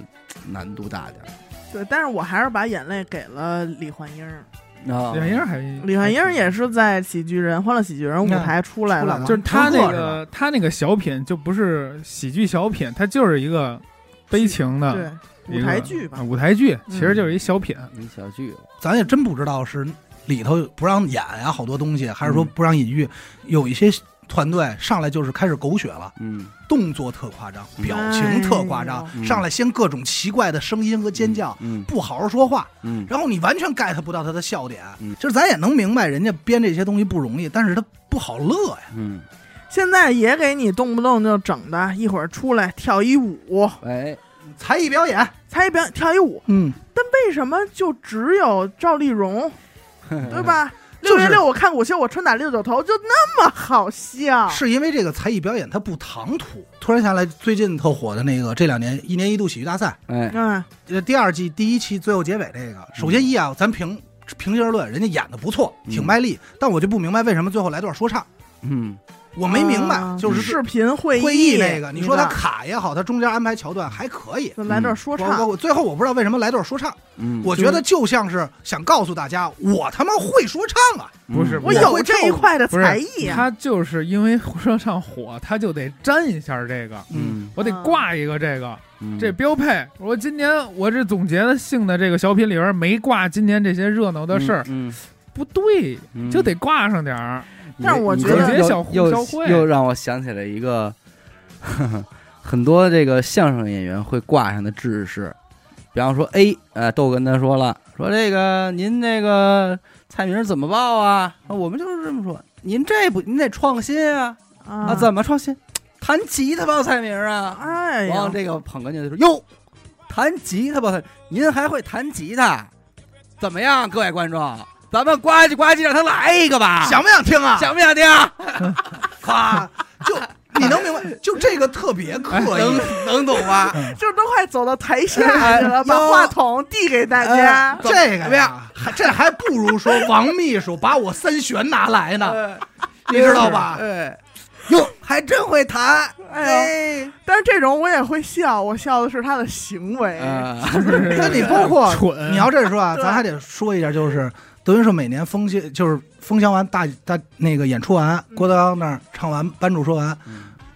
Speaker 1: 难度大点儿。
Speaker 3: 对，但是我还是把眼泪给了李焕英儿，
Speaker 1: 啊，
Speaker 4: 李焕英还
Speaker 2: 嗯
Speaker 3: 李焕英儿也是在喜剧人欢乐喜剧人舞台出来了
Speaker 2: 出来
Speaker 3: 嘛
Speaker 2: 了，
Speaker 4: 就是他
Speaker 2: 不
Speaker 4: 那
Speaker 2: 错是
Speaker 4: 个他那个小品就不是喜剧小品，他就是一个悲情
Speaker 2: 嗯
Speaker 4: 的
Speaker 3: 对，舞台剧吧嗯
Speaker 4: 啊，舞台剧，其实就是一小品。
Speaker 1: 你小剧
Speaker 2: 咱也真不知道是里头不让演呀、好多东西，还是
Speaker 1: 嗯
Speaker 2: 说不让隐喻。有一些团队上来就是开始狗血了，
Speaker 1: 嗯，
Speaker 2: 动作特夸张，
Speaker 1: 嗯
Speaker 2: 表情特夸张
Speaker 3: 哎，
Speaker 1: 呦
Speaker 2: 上来先各种奇怪的声音和尖叫，
Speaker 1: 嗯
Speaker 2: 不好好说话，
Speaker 1: 嗯，
Speaker 2: 然后你完全 get 不到他的笑点，
Speaker 1: 嗯
Speaker 2: 就是咱也能明白人家编这些东西不容易，但是他不好乐呀。
Speaker 1: 嗯，
Speaker 3: 现在也给你动不动就整的，一会儿出来跳一舞，
Speaker 1: 哎，
Speaker 2: 才艺表演，
Speaker 3: 才表演跳一舞，
Speaker 2: 嗯， *laughs*
Speaker 3: 为什么就只有赵丽蓉，对吧？六
Speaker 2: 就
Speaker 3: 月
Speaker 2: 是
Speaker 3: 六我看古秀，我春打六九头就那么好笑，
Speaker 2: 是因为这个才艺表演它不唐突。突然下来，最近特火的那个这两年一年一度喜剧大赛，
Speaker 1: 哎，
Speaker 3: 嗯，
Speaker 2: 呃，第二季第一期最后结尾这个，首先一啊，咱平平心而论，人家演的不错，挺卖力，但我就不明白为什么最后来段说唱，
Speaker 1: 嗯，
Speaker 2: 我没明白，
Speaker 1: 哦
Speaker 3: 啊
Speaker 2: 就是
Speaker 3: 视频会
Speaker 2: 会
Speaker 3: 议
Speaker 2: 议那个，你说他
Speaker 3: 的
Speaker 2: 卡也好，他中间安排桥段还可以。
Speaker 3: 就来段说
Speaker 2: 我我
Speaker 3: 唱，
Speaker 2: 我最后我不知道为什么来段说唱，
Speaker 1: 嗯
Speaker 2: 我觉得就像是想告诉大家，我他妈会说唱啊！
Speaker 1: 嗯
Speaker 4: 不是
Speaker 3: 我
Speaker 4: 我
Speaker 3: 有
Speaker 2: 会
Speaker 3: 这一
Speaker 2: 唱
Speaker 3: 块的
Speaker 4: 不是
Speaker 3: 才艺啊，
Speaker 4: 他就是因为说唱火，他就得沾一下这个，
Speaker 1: 嗯
Speaker 4: 我得挂一个这个，
Speaker 1: 嗯
Speaker 4: 这标配。我今年我这总结的性的这个小品里边没挂今年这些热闹的事儿，
Speaker 1: 嗯，
Speaker 4: 不对，
Speaker 1: 嗯
Speaker 4: 就得挂上点
Speaker 1: *laughs*
Speaker 4: 儿。
Speaker 3: 但是我
Speaker 1: 你
Speaker 3: 觉得
Speaker 1: 你这又
Speaker 4: 小
Speaker 1: 又
Speaker 4: 小慧
Speaker 1: 又让我想起来一个，呵呵很多这个相声演员会挂上的知识，比方说 A，呃，都跟他说了，说这个您这个菜名怎么报啊？啊我们就是这么说，您这不您得创新啊啊，
Speaker 3: 啊
Speaker 1: 怎么创新？弹吉他报菜名啊！
Speaker 3: 哎
Speaker 1: 然后
Speaker 3: 呀，
Speaker 1: 这个捧哏就说哟，弹吉他报菜，您还会弹吉他？怎么样，各位观众？咱们呱唧呱唧，让他来一个吧！
Speaker 2: 想不想听啊？
Speaker 1: 想不想听？
Speaker 2: 啊，
Speaker 1: *laughs*
Speaker 2: 就你能明白，就这个特别刻意。
Speaker 1: 哎能懂啊吗？
Speaker 3: 就都快走到台下去了，把
Speaker 2: 哎哟哎
Speaker 3: 话筒递给大家。
Speaker 2: 这
Speaker 1: 哎怎
Speaker 2: 个
Speaker 1: 么
Speaker 2: 呀
Speaker 1: 样，
Speaker 2: 还这还不如说王秘书把我三弦拿来
Speaker 1: 呃
Speaker 2: 呢，
Speaker 3: 哎
Speaker 2: 你知道吧？
Speaker 1: 哎，哟，还真会弹，
Speaker 3: 哎，但是这种我也会笑，我笑的是他的行为。
Speaker 1: 啊，
Speaker 2: 嗯 *laughs* 那你包括
Speaker 1: 呃
Speaker 4: 蠢，
Speaker 2: 你要这么说
Speaker 1: *laughs*
Speaker 2: 啊，
Speaker 3: 对
Speaker 2: 咱还得说一下，就是德云社每年封箱就是封箱完大大那个演出完，
Speaker 1: 嗯
Speaker 2: 郭德纲那儿唱完，班主说完，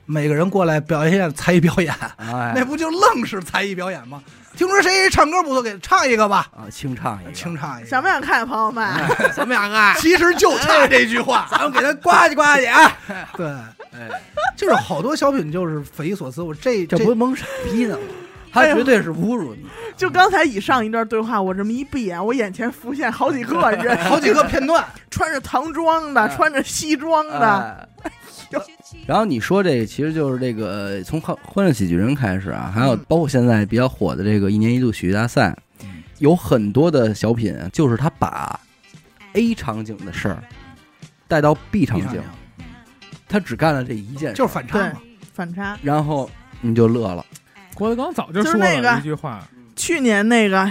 Speaker 2: 每个人过来表演一下才艺表演，那
Speaker 1: 哎，
Speaker 2: 不就愣是才艺表演吗？听说谁唱歌不错，给唱一个吧，
Speaker 1: 啊，清唱一个，
Speaker 2: 清唱一
Speaker 3: 想不
Speaker 2: 个。
Speaker 3: 想看，朋友们？
Speaker 1: 怎么样啊？
Speaker 2: 其实就差这句话，
Speaker 1: 哎
Speaker 2: 咱们给他
Speaker 1: 呱唧呱唧啊！
Speaker 2: 对，
Speaker 1: 哎，
Speaker 2: 就是好多小品就是匪夷所思。我这
Speaker 1: 这
Speaker 2: 这
Speaker 1: 不是蒙傻逼呢吗？他绝对是侮辱你，
Speaker 3: 就刚才以上一段对话，我这么一闭眼，我眼前浮现好几个人，
Speaker 2: 好几个片段，
Speaker 3: 穿着唐装的，
Speaker 1: 哎
Speaker 3: 穿着西装的，
Speaker 1: 哎然后你说这个，其实就是这个从欢欢乐喜剧人开始啊，还有
Speaker 2: 嗯
Speaker 1: 包括现在比较火的这个一年一度喜剧大赛，有很多的小品，啊就是他把 A 场景的事儿带到 B 场景，他只干了这一件事
Speaker 2: 就
Speaker 1: 儿，
Speaker 2: 是反差嘛。
Speaker 3: 反差。
Speaker 1: 然后你就乐了。
Speaker 4: 郭德纲早就
Speaker 3: 就是
Speaker 4: 说
Speaker 3: 那
Speaker 4: 了
Speaker 3: 个
Speaker 4: 一句话，
Speaker 3: 去年那个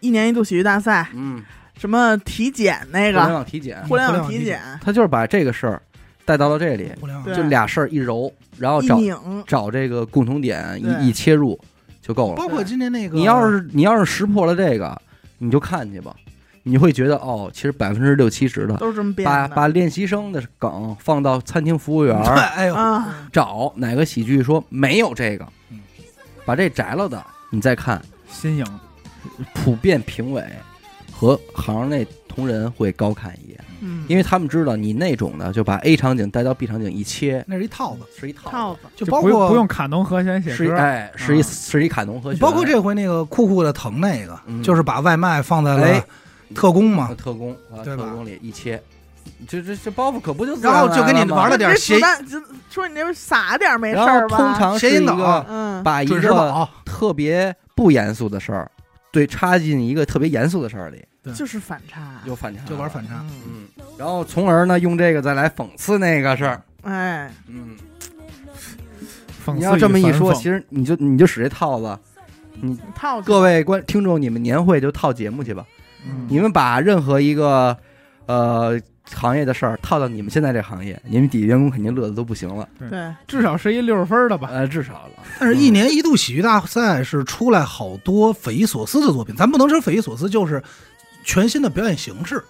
Speaker 3: 一年一度喜剧大赛，
Speaker 1: 嗯，
Speaker 3: 什么体检
Speaker 1: 互
Speaker 3: 那
Speaker 1: 联
Speaker 3: 个
Speaker 1: 网体检，
Speaker 3: 互联
Speaker 2: 互联
Speaker 3: 网
Speaker 2: 网
Speaker 3: 体
Speaker 2: 体
Speaker 3: 检，
Speaker 1: 他就是把这个事儿带到了这里，
Speaker 2: 互联网
Speaker 3: 对
Speaker 1: 就俩事儿一揉，然后
Speaker 3: 一
Speaker 1: 哦找
Speaker 3: 拧，
Speaker 1: 找这个共同点
Speaker 3: 对
Speaker 1: 一一切入就够了。
Speaker 2: 包括今天那个，
Speaker 1: 你要是你要是识破了这个，你就看去吧，你会觉得哦，其实百分之六七十的。
Speaker 3: 都是这么编
Speaker 1: 把
Speaker 3: 的。
Speaker 1: 把练习生的梗放到餐厅服务员
Speaker 2: 对，哎呦，
Speaker 3: 啊，
Speaker 1: 找哪个喜剧说没有这个
Speaker 2: 嗯，
Speaker 1: 把这摘了的，你再看，
Speaker 4: 新颖，
Speaker 1: 普遍评委和行内同仁会高看一眼。
Speaker 3: 嗯，
Speaker 1: 因为他们知道你那种的，就把 A 场景带到 B 场景一切
Speaker 2: 那是一套子，
Speaker 1: 是一套，
Speaker 3: 套子，
Speaker 2: 就
Speaker 4: 就
Speaker 2: 包
Speaker 4: 不用
Speaker 2: 括
Speaker 4: 不用卡农和弦写
Speaker 1: 是一
Speaker 4: 歌，
Speaker 1: 哎，是一
Speaker 4: 啊
Speaker 1: 是一卡农和弦，
Speaker 2: 包括这回那个酷酷的疼那个，
Speaker 1: 嗯
Speaker 2: 就是把外卖放在了
Speaker 1: 哎
Speaker 2: 特工嘛，
Speaker 1: 特工啊，
Speaker 2: 对
Speaker 1: 特
Speaker 2: 吧
Speaker 1: 工里一切，这这这包袱可不就自
Speaker 2: 然后就
Speaker 1: 来
Speaker 2: 给你
Speaker 1: 吗
Speaker 2: 玩了点
Speaker 3: 这
Speaker 2: 谐
Speaker 3: 子弹，就说你那边撒点没事
Speaker 1: 然后
Speaker 3: 儿吧？
Speaker 1: 通常是
Speaker 2: 谐音
Speaker 1: 一个
Speaker 2: 梗啊
Speaker 3: 嗯，
Speaker 1: 哎把一
Speaker 2: 准时
Speaker 1: 个
Speaker 2: 宝，
Speaker 1: 特别不严肃的事儿，对，插进一个特别严肃的事儿里，
Speaker 3: 就是反差，
Speaker 1: 有反差，
Speaker 2: 就玩反差。
Speaker 3: 嗯，
Speaker 1: 嗯，然后从而呢用这个再来讽刺那个事儿，
Speaker 3: 哎，
Speaker 1: 嗯，
Speaker 4: 讽刺
Speaker 1: 你要这么
Speaker 4: 与
Speaker 1: 一
Speaker 4: 反
Speaker 1: 说，
Speaker 4: 讽
Speaker 1: 其实你就你就使这套子，
Speaker 3: 套子
Speaker 1: 各位观听众，你们年会就套节目去吧。
Speaker 4: 嗯
Speaker 1: 你们把任何一个呃行业的事儿套到你们现在这行业，你们底下员工肯定乐的都不行了，
Speaker 3: 对，
Speaker 4: 至少是一六十分的吧。
Speaker 1: 呃，至少了。
Speaker 2: 但是，一年一度喜剧大赛是出来好多匪夷所思的作品，咱不能说匪夷所思，就是全新的表演形式。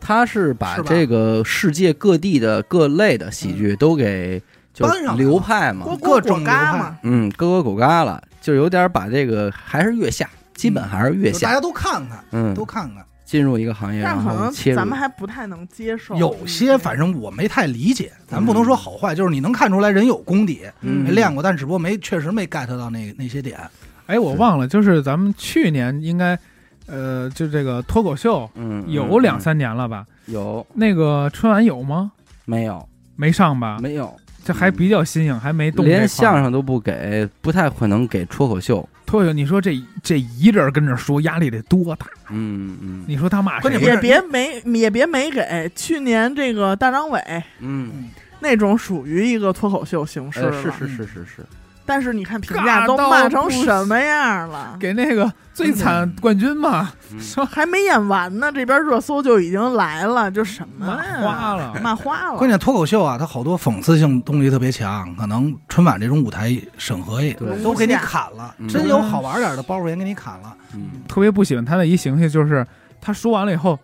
Speaker 1: 他是把
Speaker 2: 是吧嗯
Speaker 1: 这个世界各地的各类的喜剧都给就
Speaker 2: 搬上来了
Speaker 1: 流派
Speaker 3: 锅
Speaker 1: 嘛，
Speaker 3: 锅
Speaker 2: 各种
Speaker 3: 果嘎
Speaker 2: 流派
Speaker 3: 嘛，
Speaker 1: 嗯，各个狗嘎了，就有点把这个还是月下，基本还是月
Speaker 2: 嗯就大
Speaker 1: 下，
Speaker 2: 家都看看，
Speaker 1: 嗯
Speaker 2: 都，看看。
Speaker 1: 进入一个行业，
Speaker 3: 但
Speaker 1: 然
Speaker 3: 可
Speaker 1: 后切
Speaker 3: 能
Speaker 1: 入
Speaker 3: 咱，们还不太能接受。
Speaker 2: 有些反正我没太理解，咱不能说好坏，就是你能看出来人有功底，
Speaker 1: 嗯
Speaker 2: 练过，但只不过没确实没 get 到那那些点。
Speaker 4: 哎，我
Speaker 1: 是
Speaker 4: 忘了，就是咱们去年应该，呃，就这个脱口秀
Speaker 1: 嗯，
Speaker 4: 有两
Speaker 1: 嗯
Speaker 4: 三年了吧？
Speaker 1: 有
Speaker 4: 那个春晚有吗？
Speaker 1: 没有
Speaker 2: 啊
Speaker 4: 没上吧？
Speaker 1: 没有，
Speaker 4: 这还比较新颖，还没动这块儿。
Speaker 1: 连相声都不给，不太可能给脱口秀。
Speaker 4: 脱口秀，你说这这一人跟着说，压力得多大？
Speaker 1: 嗯嗯
Speaker 4: 你说他骂
Speaker 2: 关键不
Speaker 4: 谁呀？
Speaker 2: 是
Speaker 3: 也别没也别没给。去年这个大张伟
Speaker 1: 嗯，
Speaker 3: 那种属于一个脱口秀形式
Speaker 1: 呃
Speaker 3: 了，
Speaker 1: 是是是是是，
Speaker 3: 但是你看评
Speaker 4: 尬
Speaker 3: 价都
Speaker 4: 到
Speaker 3: 骂成
Speaker 4: 不行
Speaker 3: 什么样了，
Speaker 4: 给那个最惨冠军嘛，
Speaker 1: 嗯
Speaker 4: 说
Speaker 3: 还没演完呢，这边热搜就已经来了，就什
Speaker 1: 嗯
Speaker 3: 么
Speaker 4: 骂
Speaker 3: 呀
Speaker 1: *laughs*
Speaker 4: 花了。
Speaker 3: 骂花了，
Speaker 2: 关键脱口秀啊，它好多讽刺性东西特别强，可能春晚这种舞台审核也
Speaker 1: 对
Speaker 2: 都给你
Speaker 3: 啊
Speaker 2: 砍了
Speaker 1: 嗯，
Speaker 2: 真有好玩点的包袱也给你砍了。
Speaker 1: 嗯
Speaker 4: 特别不喜欢他的一形象就是，他说完了以后，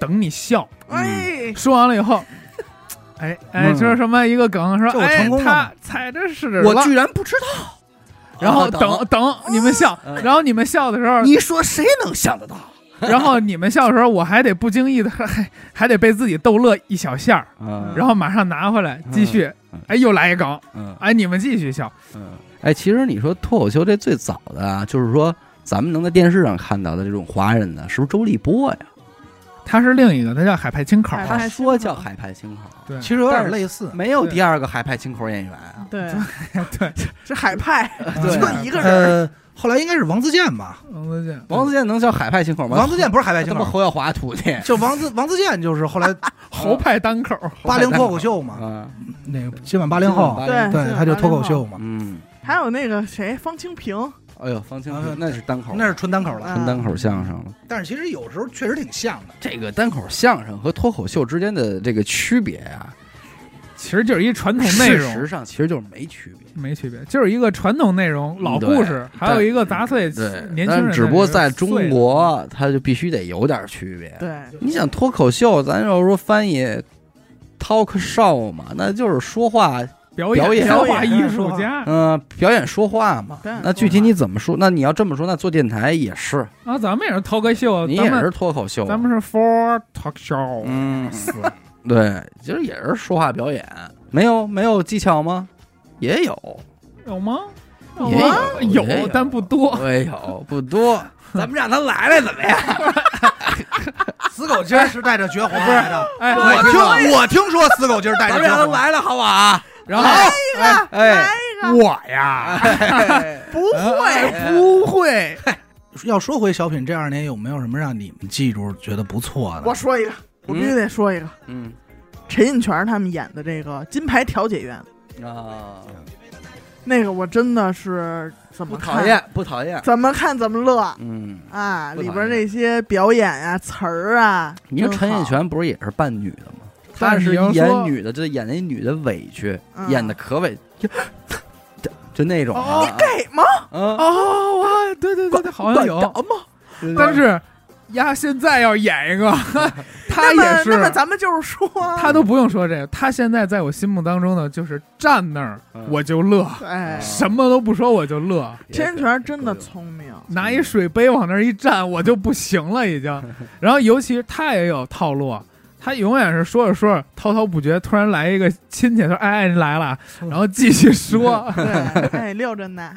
Speaker 4: 等你笑，
Speaker 3: 哎，
Speaker 4: 说完了
Speaker 1: *laughs*
Speaker 4: 以后，哎哎，
Speaker 1: 嗯
Speaker 4: 就是什么一个梗，说
Speaker 2: 就我
Speaker 4: 哎
Speaker 2: 成功了
Speaker 4: 他
Speaker 2: 嘛
Speaker 4: 踩着屎了，
Speaker 1: 我居然不知道，
Speaker 4: 然后
Speaker 1: 啊
Speaker 4: 哦等等你们笑，
Speaker 1: 嗯
Speaker 4: 然后你们笑的时候，
Speaker 1: 你说谁能想得到？
Speaker 4: *laughs* 然后你们笑的时候，我还得不经意的还还得被自己逗乐一小下儿，
Speaker 1: 嗯
Speaker 4: 然后马上拿回来
Speaker 1: 嗯
Speaker 4: 继续
Speaker 1: 嗯，
Speaker 4: 哎又来一梗，
Speaker 1: 嗯
Speaker 4: 哎你们继续笑，
Speaker 1: 嗯，哎，其实你说脱口秀这最早的啊，就是说咱们能在电视上看到的这种华人呢，是不是周立波呀？
Speaker 4: 他是另一个，他叫海派清口
Speaker 3: 海，派
Speaker 1: 他说叫海派清口，
Speaker 4: 对
Speaker 2: 其实有
Speaker 1: 但
Speaker 2: 点
Speaker 1: 是
Speaker 2: 类似，
Speaker 1: 没有第二个海派清口演员啊。
Speaker 3: 对，
Speaker 4: *laughs* 对，
Speaker 3: 这海派
Speaker 1: *laughs*
Speaker 4: *laughs*
Speaker 1: 对
Speaker 3: 就一个人，
Speaker 2: 呃，后来应该是王自健吧？
Speaker 4: 王自健，
Speaker 1: 王自健能叫海派清口吗？
Speaker 2: 王自健不是海外青
Speaker 1: *laughs* 他妈
Speaker 2: 口，
Speaker 1: 侯耀华徒弟，
Speaker 2: 就王自王自健就是后来
Speaker 4: 侯派单口，
Speaker 2: 八零脱口秀嘛，
Speaker 1: 啊，
Speaker 2: 那个今晚八零后，
Speaker 1: 八
Speaker 3: 对
Speaker 2: 对，他就脱口，秀嘛，
Speaker 1: 嗯，
Speaker 3: 还有那个谁方清平，
Speaker 1: 哎呦，方清
Speaker 2: 啊
Speaker 1: 那是单口，
Speaker 2: 那是纯单口了。
Speaker 3: 啊
Speaker 1: 纯单口相声了。
Speaker 2: 但是其实有时候确实挺像的，
Speaker 1: 这个单口相声和脱口秀之间的这个区别啊，
Speaker 4: 其实就是一传统内
Speaker 1: 事实
Speaker 4: 容。
Speaker 1: 上其实就是没区别。
Speaker 4: 没区别，就是一个传统内容，老故事，
Speaker 1: 对
Speaker 4: 还有一个杂碎
Speaker 1: 对，
Speaker 4: 年轻
Speaker 1: 但
Speaker 4: 人
Speaker 1: 是只
Speaker 4: 的
Speaker 1: 不过在
Speaker 4: 这个
Speaker 1: 中
Speaker 4: 碎
Speaker 1: 国，它就必须得有点区别。
Speaker 3: 对，
Speaker 1: 你想脱口秀，咱要说翻译 talk show 嘛，那就是说话，
Speaker 4: 表
Speaker 1: 表演
Speaker 4: 说话艺术家
Speaker 1: 嗯、表演说话嘛。
Speaker 3: 对
Speaker 1: 那具体你怎么说？那你要这么说，那做电台也是，
Speaker 4: 啊，咱们也是脱个秀，
Speaker 1: 你
Speaker 4: 咱
Speaker 1: 也
Speaker 4: 们
Speaker 1: 是脱口秀。
Speaker 4: 咱们是 for talk show，
Speaker 1: 嗯，对，其实也是说话表演，没有没有技巧吗？也 *laughs* 有，
Speaker 4: 有吗？
Speaker 3: 有
Speaker 1: 也
Speaker 3: 吗
Speaker 1: 有，也
Speaker 4: 有，但不多。
Speaker 1: 没有哎不 *laughs* 多。咱们让他来来怎么样？
Speaker 2: 死狗今儿是带着绝活来
Speaker 3: *laughs*
Speaker 2: 的。
Speaker 4: 哎，
Speaker 2: 我听我听说死狗今儿带
Speaker 1: 咱
Speaker 2: 着
Speaker 1: 们
Speaker 2: 绝
Speaker 1: 让他
Speaker 2: 活，
Speaker 1: 来了好不好？
Speaker 4: 然后
Speaker 1: 哎，
Speaker 4: 我呀，
Speaker 3: 不
Speaker 1: 嗯
Speaker 3: 会，
Speaker 1: 哎 *laughs*
Speaker 4: 不会，
Speaker 2: 要说回小品，这二年有没有什么让你们记住觉得不错的？
Speaker 3: 我说一个，我必须得说一个，
Speaker 1: 嗯
Speaker 3: 陈印泉他们演的这个《金牌调解员》，
Speaker 1: 啊，
Speaker 3: 那个我真的是怎
Speaker 1: 不
Speaker 3: 么
Speaker 1: 讨
Speaker 3: 看，
Speaker 1: 厌，不讨厌。
Speaker 3: 怎么看怎么乐
Speaker 1: 嗯，
Speaker 3: 啊！
Speaker 1: 不
Speaker 3: 里
Speaker 1: 讨
Speaker 3: 边
Speaker 1: 厌
Speaker 3: 那些表演啊、词儿啊，
Speaker 1: 你说
Speaker 3: 真
Speaker 1: 陈
Speaker 3: 好
Speaker 1: 印，泉不是也是扮女的吗？
Speaker 4: 但
Speaker 1: 他
Speaker 4: 是
Speaker 1: 是
Speaker 4: 你要
Speaker 1: 演
Speaker 4: 说
Speaker 1: 女的，这演那女的委屈，
Speaker 3: 嗯
Speaker 1: 演的可委，就就那种啊。
Speaker 3: 给吗？
Speaker 1: 嗯，
Speaker 4: 哦，哇，对对对对，好像有，
Speaker 3: 吗？
Speaker 1: 对
Speaker 4: 但是呀，现在要演
Speaker 1: *laughs*
Speaker 4: 一个，他
Speaker 3: 那么
Speaker 4: 也
Speaker 3: 那么
Speaker 4: 是。
Speaker 3: 咱们就是说，哎
Speaker 4: 他都不用说这个，他现在在我心目当中呢，就是站那儿
Speaker 1: 嗯
Speaker 4: 我就乐，
Speaker 3: 哎，
Speaker 4: 什么都不说我就乐，
Speaker 3: 陈印泉真的聪明，，
Speaker 1: 嗯
Speaker 4: 拿一水杯往那儿一站，我就不行了
Speaker 1: *laughs*
Speaker 4: 已经。然后尤其他也有套路，他永远是说着说着滔滔不绝，突然来一个亲戚说：“哎哎，你来了。”
Speaker 1: 嗯
Speaker 4: 然后继续说
Speaker 3: 对，哎，溜着呢，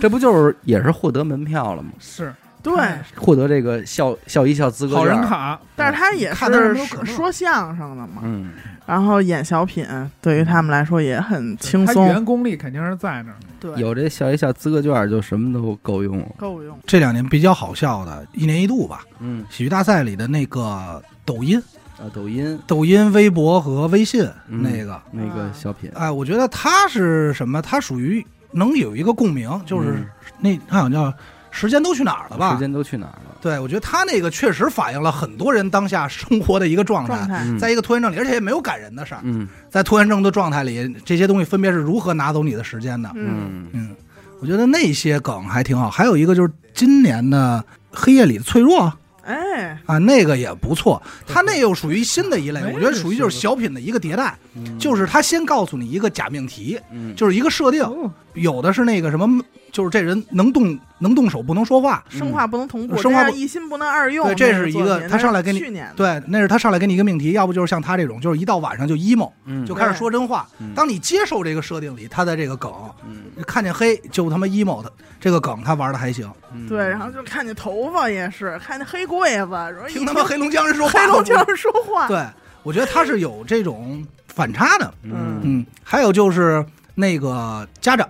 Speaker 1: 这不就是也是获得门票了吗？
Speaker 4: *laughs* 是
Speaker 3: 对，
Speaker 1: 获得这个校校医校资格
Speaker 4: 好
Speaker 1: 证
Speaker 4: 人。卡，
Speaker 3: 但是他也
Speaker 2: 看他有
Speaker 3: 是
Speaker 2: 没有可乐
Speaker 3: 说相声的嘛，
Speaker 1: 嗯，
Speaker 3: 然后演小品，对于他们来说也很轻
Speaker 4: 他语
Speaker 3: 松，
Speaker 4: 言功力肯定是在那儿。
Speaker 3: 对，
Speaker 1: 有这校医校资格券就什么都够用了。
Speaker 3: 够用，
Speaker 2: 这两年比较好笑的，一年一度吧，
Speaker 1: 嗯
Speaker 2: 喜剧大赛里的那个抖音、
Speaker 1: 啊，抖音
Speaker 2: 抖音、微博和微信
Speaker 1: 嗯
Speaker 2: 那个，
Speaker 1: 那个小品，
Speaker 2: 哎，我觉得它是什么？它属于能有一个共鸣，就是那它好像叫时间都去哪儿了
Speaker 1: 嗯
Speaker 2: 吧
Speaker 1: 时？间都去哪儿了？
Speaker 2: 对，我觉得他那个确实反映了很多人当下生活的一个状
Speaker 3: 状
Speaker 2: 态，
Speaker 3: 态
Speaker 1: 嗯
Speaker 2: 在一个拖延症里，而且也没有感人的事儿，
Speaker 1: 嗯
Speaker 2: 在拖延症的状态里，这些东西分别是如何拿走你的时间的。
Speaker 3: 嗯，
Speaker 1: 嗯
Speaker 2: 嗯，我觉得那些梗还挺好。还有一个就是今年的《黑夜里的脆弱》
Speaker 3: 哎，
Speaker 2: 啊，那个也不错，它那又属于新的一类，
Speaker 4: 没
Speaker 2: 我觉得属于就是小品的一个迭代，嗯就是他先告诉你一个假命题，
Speaker 1: 嗯
Speaker 2: 就是一个设定，
Speaker 4: 哦
Speaker 2: 有的是那个什么，就是这人能动能动手不能说话，
Speaker 3: 生化不能同步，
Speaker 2: 生化
Speaker 3: 这
Speaker 2: 不
Speaker 3: 样一心不能二用，
Speaker 2: 对这是
Speaker 3: 那
Speaker 2: 一个
Speaker 3: 作品
Speaker 2: 他上来给你
Speaker 3: 那是去年的
Speaker 2: 对，那是他上来给你一个命题，要不就是像他这种，就是一到晚上就 emo，
Speaker 1: 嗯
Speaker 2: 就开始说真话
Speaker 1: 嗯。
Speaker 2: 当你接受这个设定里，他的这个梗，
Speaker 1: 嗯
Speaker 2: 看见黑就他妈 emo 的这个梗，他玩的还行。
Speaker 1: 嗯
Speaker 3: 对，然后就看见头发也是，看见黑柜子，然后一 *laughs*
Speaker 2: 听他妈黑龙江人说话， *laughs*
Speaker 3: 黑龙江人说话，
Speaker 2: 对，我觉得他是有这种反差的。
Speaker 1: 嗯
Speaker 2: 嗯，还有就是那个家长，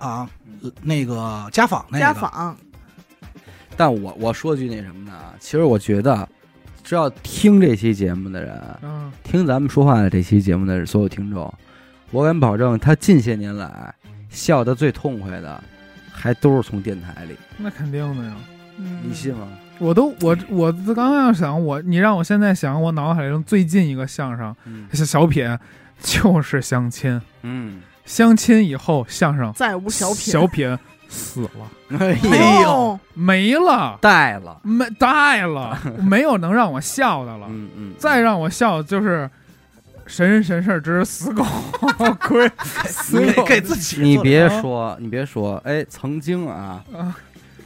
Speaker 2: 呃那个家访那个
Speaker 3: 家访，哎
Speaker 1: 但我我说句那什么的啊，其实我觉得，只要听这期节目的人，
Speaker 4: 嗯，
Speaker 1: 听咱们说话的这期节目的所有听众，我敢保证，他近些年来笑得最痛快的，还都是从电台里，
Speaker 4: 那肯定的呀。
Speaker 3: 嗯
Speaker 1: 你信吗？
Speaker 4: 我都我我刚刚要想我，你让我现在想我脑海中最近一个相声
Speaker 1: 嗯
Speaker 4: 小小品就是相亲，
Speaker 1: 嗯，
Speaker 4: 相亲以后相声
Speaker 3: 再无小品，
Speaker 4: 小品死了
Speaker 1: 哎呦，
Speaker 3: 哎呦，
Speaker 4: 没了
Speaker 1: 带了，
Speaker 4: 没带了，
Speaker 3: *laughs*
Speaker 4: 没有能让我笑的了。
Speaker 1: 嗯嗯，
Speaker 4: 再让我笑就是神人神事儿之死狗亏
Speaker 1: *laughs*
Speaker 4: 死
Speaker 2: 你
Speaker 4: 狗
Speaker 2: 给给自己
Speaker 1: 你
Speaker 2: 做的
Speaker 1: 别
Speaker 4: 啊
Speaker 1: 说，你别说，哎，曾经啊，
Speaker 4: 啊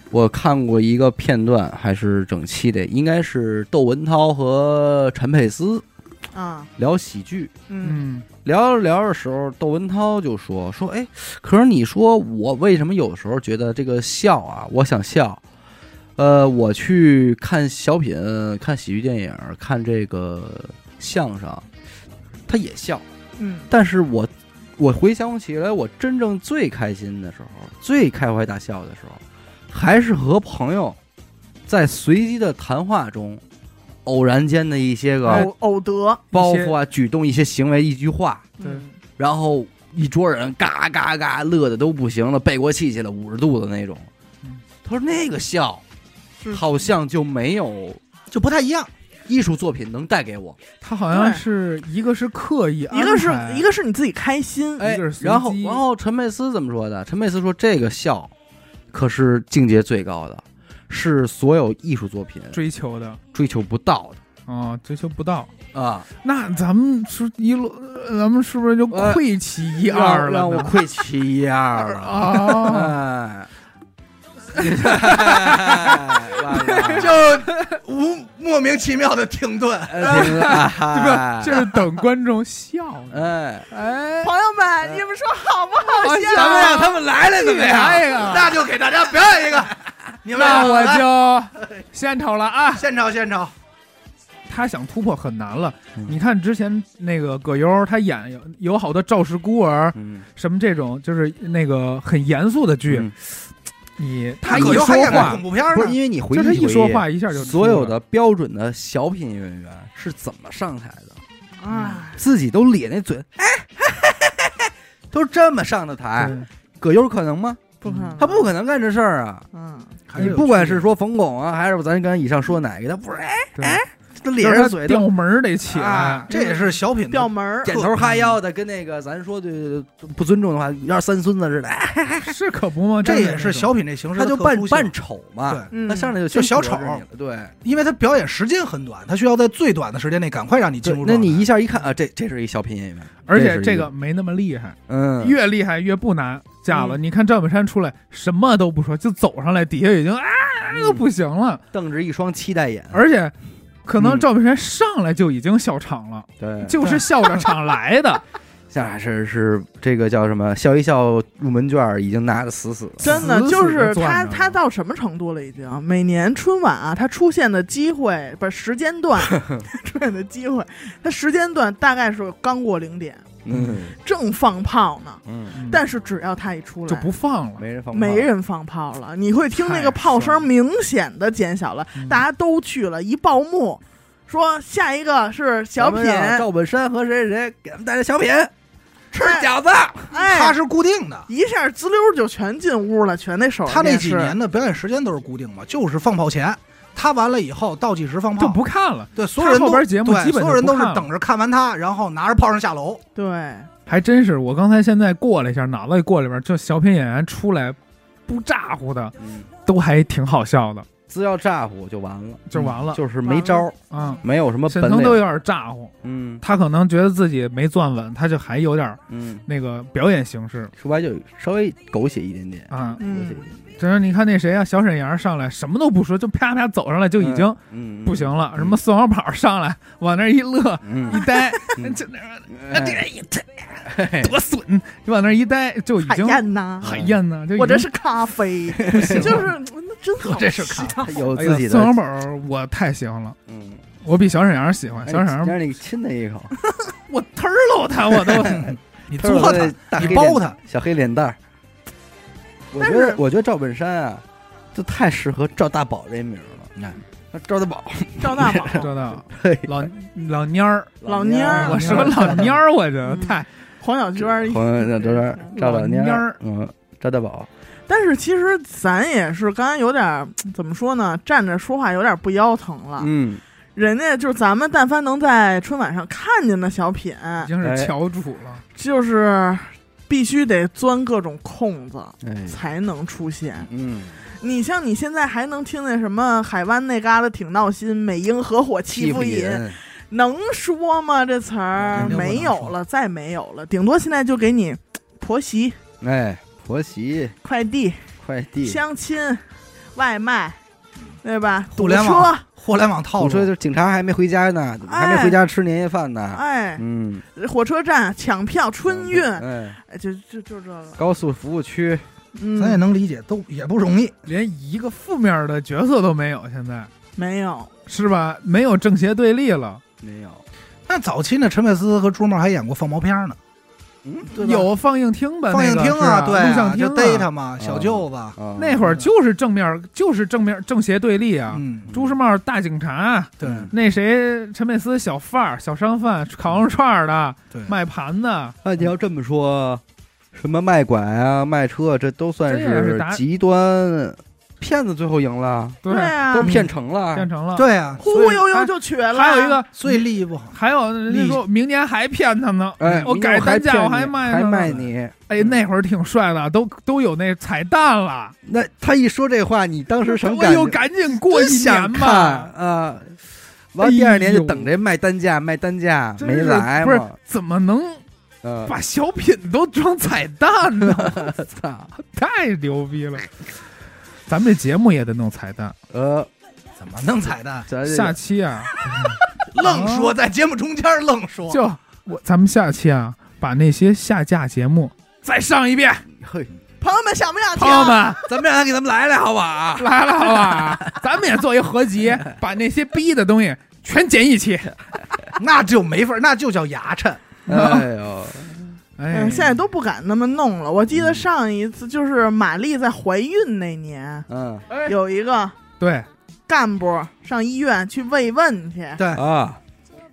Speaker 1: 我看过一个片段，还是整期的，应该是窦文涛和陈佩斯
Speaker 3: 啊，
Speaker 1: 聊喜剧，
Speaker 3: 嗯
Speaker 4: 嗯
Speaker 1: 聊着聊的时候，窦文涛就说说，哎，可是你说我为什么有时候觉得这个笑啊，我想笑，呃，我去看小品、看喜剧电影、看这个相声，他也笑，
Speaker 3: 嗯
Speaker 1: 但是我我回想起来，我真正最开心的时候，最开怀大笑的时候，还是和朋友在随机的谈话中，偶然间的一些
Speaker 2: 哎
Speaker 1: 个
Speaker 3: 偶偶得，
Speaker 1: 包袱啊、举动、一些行为、一句话，
Speaker 4: 对
Speaker 3: 嗯
Speaker 1: 然后一桌人嘎嘎嘎乐的都不行了，背过气去了，捂着肚子那种
Speaker 4: 嗯。
Speaker 1: 他说那个笑
Speaker 3: 是
Speaker 1: 好像就没有
Speaker 2: 嗯就不太一样。
Speaker 1: 艺术作品能带给我，
Speaker 4: 他好像
Speaker 3: 对
Speaker 4: 是一个是刻意安排，
Speaker 3: 一个是一个是你自己开心，
Speaker 1: *laughs* 哎
Speaker 4: 一个是，随
Speaker 1: 然后
Speaker 4: 机
Speaker 1: 然后陈佩斯怎么说的？陈佩斯说这个笑可是境界最高的，是所有艺术作品
Speaker 4: 追求的
Speaker 1: 追求不到
Speaker 4: 啊，追求不到。
Speaker 1: 的啊，
Speaker 4: 那咱们是一路，咱们是不是就
Speaker 3: 呃
Speaker 4: 愧其一二
Speaker 1: 让
Speaker 4: 了
Speaker 1: 让我
Speaker 4: 呢？
Speaker 1: 愧其一二
Speaker 4: *laughs*
Speaker 1: 了。
Speaker 3: *laughs*
Speaker 4: 啊，
Speaker 1: 哎，
Speaker 4: *laughs*
Speaker 1: 哎完了
Speaker 2: 就无莫名其妙的
Speaker 1: *laughs*
Speaker 2: 停顿，
Speaker 1: 哎停了
Speaker 4: 这
Speaker 1: 哎
Speaker 4: 不，这是等观众笑呢。
Speaker 1: 哎，
Speaker 3: 呃
Speaker 4: 哎，
Speaker 3: 朋友们，你们说好不好笑？啊
Speaker 1: 咱们让他们啊来来怎么样？
Speaker 4: 来一个，
Speaker 2: 那就给大家表演
Speaker 1: *laughs*
Speaker 2: 一个。你们
Speaker 4: 那
Speaker 2: 俩来
Speaker 4: 我就献丑了啊！
Speaker 2: 现场现场，
Speaker 4: 他想突破很难了。
Speaker 1: 嗯
Speaker 4: 你看之前那个葛优，他演有有好多《赵氏孤儿》
Speaker 1: 嗯，
Speaker 4: 什么这种，就是那个很严肃的剧，
Speaker 1: 嗯
Speaker 4: 你
Speaker 2: 那
Speaker 4: 一
Speaker 2: 葛优还
Speaker 4: 说
Speaker 2: 演过
Speaker 4: 话
Speaker 2: 恐，怖片呢
Speaker 1: 不是因为你回
Speaker 4: 就
Speaker 1: 忆
Speaker 4: 他一
Speaker 1: 回忆
Speaker 4: 说话一下就出
Speaker 1: 所有
Speaker 4: 了
Speaker 1: 的标准的小品演员是怎么上台的？
Speaker 3: 啊，
Speaker 1: 自己都咧那嘴，哎， *laughs* 都是这么上的台。
Speaker 4: 对
Speaker 1: 葛优可能吗？
Speaker 3: 不可能，
Speaker 1: 他不可能干这事儿啊！
Speaker 3: 嗯，
Speaker 2: 还
Speaker 1: 你
Speaker 2: 有
Speaker 1: 不管
Speaker 2: 区别
Speaker 1: 是说冯巩啊，还是咱刚才以上说哪个，他不是哎
Speaker 4: 对
Speaker 1: 哎，这咧
Speaker 4: 就是
Speaker 1: 着
Speaker 4: 他
Speaker 1: 嘴
Speaker 4: 调
Speaker 1: 都
Speaker 4: 门儿得起来
Speaker 2: 啊，，这也是小品
Speaker 3: 调
Speaker 2: 的
Speaker 3: 门儿，
Speaker 1: 点头哈腰的，跟那个咱说的不尊重的话，有点三孙子似的，哎
Speaker 4: 是可不嘛，
Speaker 2: 这
Speaker 4: 真
Speaker 2: 也是小品这形式
Speaker 1: 他
Speaker 2: 的
Speaker 1: 就
Speaker 2: 特
Speaker 1: 扮
Speaker 2: 殊性
Speaker 1: 扮丑嘛。
Speaker 2: 对，
Speaker 3: 嗯
Speaker 1: 那上来就先
Speaker 2: 就小
Speaker 1: 躲
Speaker 2: 丑
Speaker 1: 着你了，对。
Speaker 2: 因为他表演时间很短，他需要在最短的时间内赶快让你进
Speaker 1: 对
Speaker 2: 入。
Speaker 1: 那你一下一看啊，这这是一小品演员，
Speaker 4: 而
Speaker 1: 是
Speaker 4: 且
Speaker 1: 一
Speaker 4: 这个没那么厉害，
Speaker 1: 嗯，
Speaker 4: 越厉害越不难。假
Speaker 2: 嗯
Speaker 4: 了，你看赵本山出来什么都不说，就走上来，底下已经啊
Speaker 1: 嗯
Speaker 4: 都不行了，
Speaker 1: 瞪着一双期待眼，
Speaker 4: 而且可能
Speaker 1: 嗯
Speaker 4: 赵本山上来就已经笑场了，
Speaker 1: 对，
Speaker 4: 就是笑着场来的。
Speaker 1: 下是是这个叫什么？笑一笑入门券已经拿的死死的，
Speaker 3: 真的
Speaker 4: 死死地
Speaker 3: 就是
Speaker 4: 攥
Speaker 3: 他，
Speaker 4: 着
Speaker 3: 他到什么程度了？已经每年春晚啊，他出现的机会不是时间
Speaker 4: *laughs*
Speaker 3: 段出现的机会，他时间段大概是刚过零点，
Speaker 1: 嗯
Speaker 3: 正放炮呢。
Speaker 1: *laughs* 嗯，
Speaker 4: *laughs* 嗯
Speaker 3: 但是只要他一出来，
Speaker 4: 就不放了。
Speaker 1: 没人放，
Speaker 3: 没，人放炮了，你会听那个炮
Speaker 4: 太爽
Speaker 3: 声明显的减小了，
Speaker 4: 嗯
Speaker 3: 大家都去了，一报幕。说下一个是小品，
Speaker 1: 赵本山和谁谁谁给他们带来小品，吃
Speaker 3: 哎
Speaker 1: 饺子，
Speaker 2: 他
Speaker 3: 哎，
Speaker 2: 是固定的，
Speaker 3: 一下滋溜就全进屋了，全那手
Speaker 2: 他那
Speaker 3: 电
Speaker 2: 几
Speaker 3: 视
Speaker 2: 年的表演时间都是固定嘛，就是放炮前，他完了以后倒计时放
Speaker 4: 就
Speaker 2: 炮，
Speaker 4: 不看了，
Speaker 2: 对所有人
Speaker 4: 他
Speaker 2: 都
Speaker 4: 后边节目
Speaker 2: 对
Speaker 4: 基本就
Speaker 2: 所有人都是
Speaker 4: 不看了
Speaker 2: 等着看完他，然后拿着炮仗下
Speaker 4: *laughs*
Speaker 2: 楼。
Speaker 3: 对，
Speaker 4: 还真是。我刚才现在过了一下，脑子里过了一遍，这小品演员出来不咋呼的，
Speaker 1: 哎
Speaker 4: 都还挺好笑的，
Speaker 1: 只要咋呼就完了，
Speaker 4: 就完了
Speaker 1: 就是没招儿，
Speaker 4: 啊。
Speaker 1: 没有什么
Speaker 4: 沈
Speaker 1: 本
Speaker 4: 腾都有
Speaker 1: 领，
Speaker 4: 点咋呼，
Speaker 1: 嗯
Speaker 4: 他可能觉得自己没攥稳，他就还有点
Speaker 1: 嗯，
Speaker 4: 那个表演形式
Speaker 1: 说白就稍微狗血一点点，
Speaker 4: 啊。
Speaker 1: 狗血
Speaker 3: 嗯
Speaker 1: 一，点点，
Speaker 4: 就是你看那谁啊，小沈阳上来什么都不说，就啪啪走上来就已经
Speaker 1: 嗯
Speaker 4: 不行，了。
Speaker 1: 嗯
Speaker 4: 什么宋小宝上来往那儿一乐
Speaker 1: 嗯
Speaker 4: 一，呆，
Speaker 1: 嗯
Speaker 4: 就那儿
Speaker 1: 嗯
Speaker 4: 啊
Speaker 3: 哎
Speaker 4: 这人一呆多损，哎嗯就往那儿一呆就已
Speaker 3: 海
Speaker 4: 经
Speaker 3: 燕呐，
Speaker 4: 海燕呢，就已经
Speaker 3: 我这是咖啡， *laughs* 就是那真好，
Speaker 2: 我这是咖
Speaker 3: 啡，
Speaker 1: 有
Speaker 4: 哎呀
Speaker 1: 自己的
Speaker 4: 宋小宝，我太行了，
Speaker 1: 嗯，
Speaker 4: 我比小沈阳喜
Speaker 1: 哎
Speaker 4: 欢，小沈阳
Speaker 1: 让你亲他一口，
Speaker 3: *laughs*
Speaker 4: 我忒儿喽他，
Speaker 1: *laughs*
Speaker 4: 我都
Speaker 2: 你
Speaker 1: 他是
Speaker 2: 嘬
Speaker 1: 我的大
Speaker 2: 它，
Speaker 1: 黑
Speaker 2: 你
Speaker 1: 脸
Speaker 2: 包它，
Speaker 1: 小黑脸蛋儿。我觉
Speaker 3: 但
Speaker 1: 得
Speaker 3: 是，
Speaker 1: 我觉得赵本山啊，就太适合赵大宝这名儿了。
Speaker 3: 哎
Speaker 2: 嗯
Speaker 1: 那赵大宝， *laughs*
Speaker 3: 赵大宝
Speaker 4: 知道
Speaker 1: 嘿
Speaker 4: 老老蔫儿，
Speaker 3: 老蔫儿
Speaker 4: 我
Speaker 1: 说
Speaker 4: 说老
Speaker 1: *laughs*
Speaker 4: 蔫儿，我觉得
Speaker 3: 嗯
Speaker 4: 太
Speaker 3: 黄小娟儿一。
Speaker 1: 朋友赵赵赵老蔫
Speaker 4: 老蔫
Speaker 1: 儿
Speaker 4: 儿，
Speaker 1: 嗯，赵大宝，
Speaker 3: 但是其实咱也是刚才有点儿怎么说呢，站着说话有点不腰疼了。
Speaker 1: 嗯，
Speaker 3: 人家就是咱们，但凡能在春晚上看见的小品，
Speaker 4: 已经
Speaker 1: 哎
Speaker 4: 是翘楚了。
Speaker 3: 就是必须得钻各种空子
Speaker 1: 哎，
Speaker 3: 才能出现。
Speaker 1: 嗯，
Speaker 3: 你像你现在还能听见什么海湾那旮旯挺闹心，美英合伙欺负
Speaker 1: 人
Speaker 3: 人，能说吗？这词儿
Speaker 2: 肯定不能
Speaker 3: 没有了，再没有了，顶多现在就给你婆媳、
Speaker 1: 哎，婆媳、
Speaker 3: 快递、
Speaker 1: 快递、
Speaker 3: 相亲、外卖，对吧？
Speaker 2: 互
Speaker 3: 堵
Speaker 2: 联
Speaker 3: 车
Speaker 2: 网，啊互联网套
Speaker 1: 我说
Speaker 2: 路，
Speaker 1: 就是警察还没回家呢，怎么还没回家吃年夜饭呢？
Speaker 3: 哎，
Speaker 1: 嗯，
Speaker 3: 火车站抢票、春运，
Speaker 1: 哎，
Speaker 3: 哎，就就就这个。
Speaker 1: 高速服务区，
Speaker 3: 嗯，
Speaker 2: 咱也能理解，都也不容易。
Speaker 4: 连一个负面的角色都没有，现在
Speaker 3: 没有，
Speaker 4: 是吧？没有正邪对立了，
Speaker 1: 没有，
Speaker 2: 那早期呢，陈佩斯和朱梦还演过放毛片呢，
Speaker 1: 嗯，
Speaker 2: 对吧
Speaker 4: 有放映厅吧？
Speaker 2: 放映厅
Speaker 4: 啊，
Speaker 2: 对啊，
Speaker 4: 录像厅
Speaker 2: 就逮他嘛，小
Speaker 1: 嗯
Speaker 2: 舅子，
Speaker 1: 啊
Speaker 4: 那会儿就是正面，就是正面正邪对立啊。
Speaker 2: 嗯，
Speaker 4: 朱时茂大警察，
Speaker 2: 对
Speaker 1: 嗯
Speaker 4: 那谁陈佩斯小贩儿、小商贩，烤羊肉串儿的、
Speaker 2: 对，
Speaker 4: 卖盘的，
Speaker 1: 那你要这么说，什么卖拐啊、卖车，这都算
Speaker 4: 这也是
Speaker 1: 是
Speaker 4: 打
Speaker 1: 极端。骗子最后赢了，
Speaker 4: 对，
Speaker 3: 啊
Speaker 1: 都，骗成了。
Speaker 4: 变成了。
Speaker 2: 对啊，
Speaker 3: 忽忽悠悠就瘸了。
Speaker 4: 还有一，个，
Speaker 2: 所以利益不好。
Speaker 4: 还有人家说明年还骗他呢。
Speaker 1: 哎，
Speaker 4: 我改单价，我还卖
Speaker 1: 还
Speaker 4: 呢
Speaker 1: 卖你。
Speaker 4: 哎，那会儿挺帅的，都都有那彩蛋了。
Speaker 1: 那他一说这话，你当时什么
Speaker 4: 我
Speaker 1: 感
Speaker 4: 又
Speaker 1: 觉？
Speaker 4: 赶紧过一
Speaker 1: 真想
Speaker 4: 年
Speaker 1: 看
Speaker 4: 吧，
Speaker 1: 啊！完
Speaker 4: 哎
Speaker 1: 第二年就
Speaker 4: 呦
Speaker 1: 等这卖单价，卖单价
Speaker 4: 真
Speaker 1: 没
Speaker 4: 是
Speaker 1: 来
Speaker 4: 不是
Speaker 1: 嘛。
Speaker 4: 怎么能
Speaker 1: 嗯，
Speaker 4: 把小品都装彩蛋
Speaker 1: *laughs*
Speaker 4: 呢？
Speaker 1: 操，
Speaker 4: 太牛逼了！咱们这节目也得弄彩蛋，
Speaker 1: 呃，
Speaker 2: 怎么弄彩蛋？
Speaker 1: 咱这
Speaker 4: 下期啊，
Speaker 2: 愣说在节目中间愣说，
Speaker 4: 就我咱们下期啊，把那些下架节目再上一遍，
Speaker 1: 嘿，
Speaker 3: 朋友们想不想听？
Speaker 4: 朋友
Speaker 3: *laughs*
Speaker 4: 们
Speaker 2: 咱们让他给咱们来来，好不好啊？
Speaker 4: *laughs* 来了好吧？咱们也做一
Speaker 3: *laughs*
Speaker 4: 合集，把那些逼的东西全剪一期。
Speaker 2: 那就没法儿，那就叫牙碜。
Speaker 1: 哎呦，
Speaker 4: 哎，
Speaker 3: 嗯，现在都不敢那么弄了。我记得上一次就是玛丽在怀孕那年，
Speaker 1: 嗯
Speaker 4: 哎
Speaker 3: 有一个
Speaker 4: 对，
Speaker 3: 干部上医院去慰问去，
Speaker 2: 对，
Speaker 1: 啊，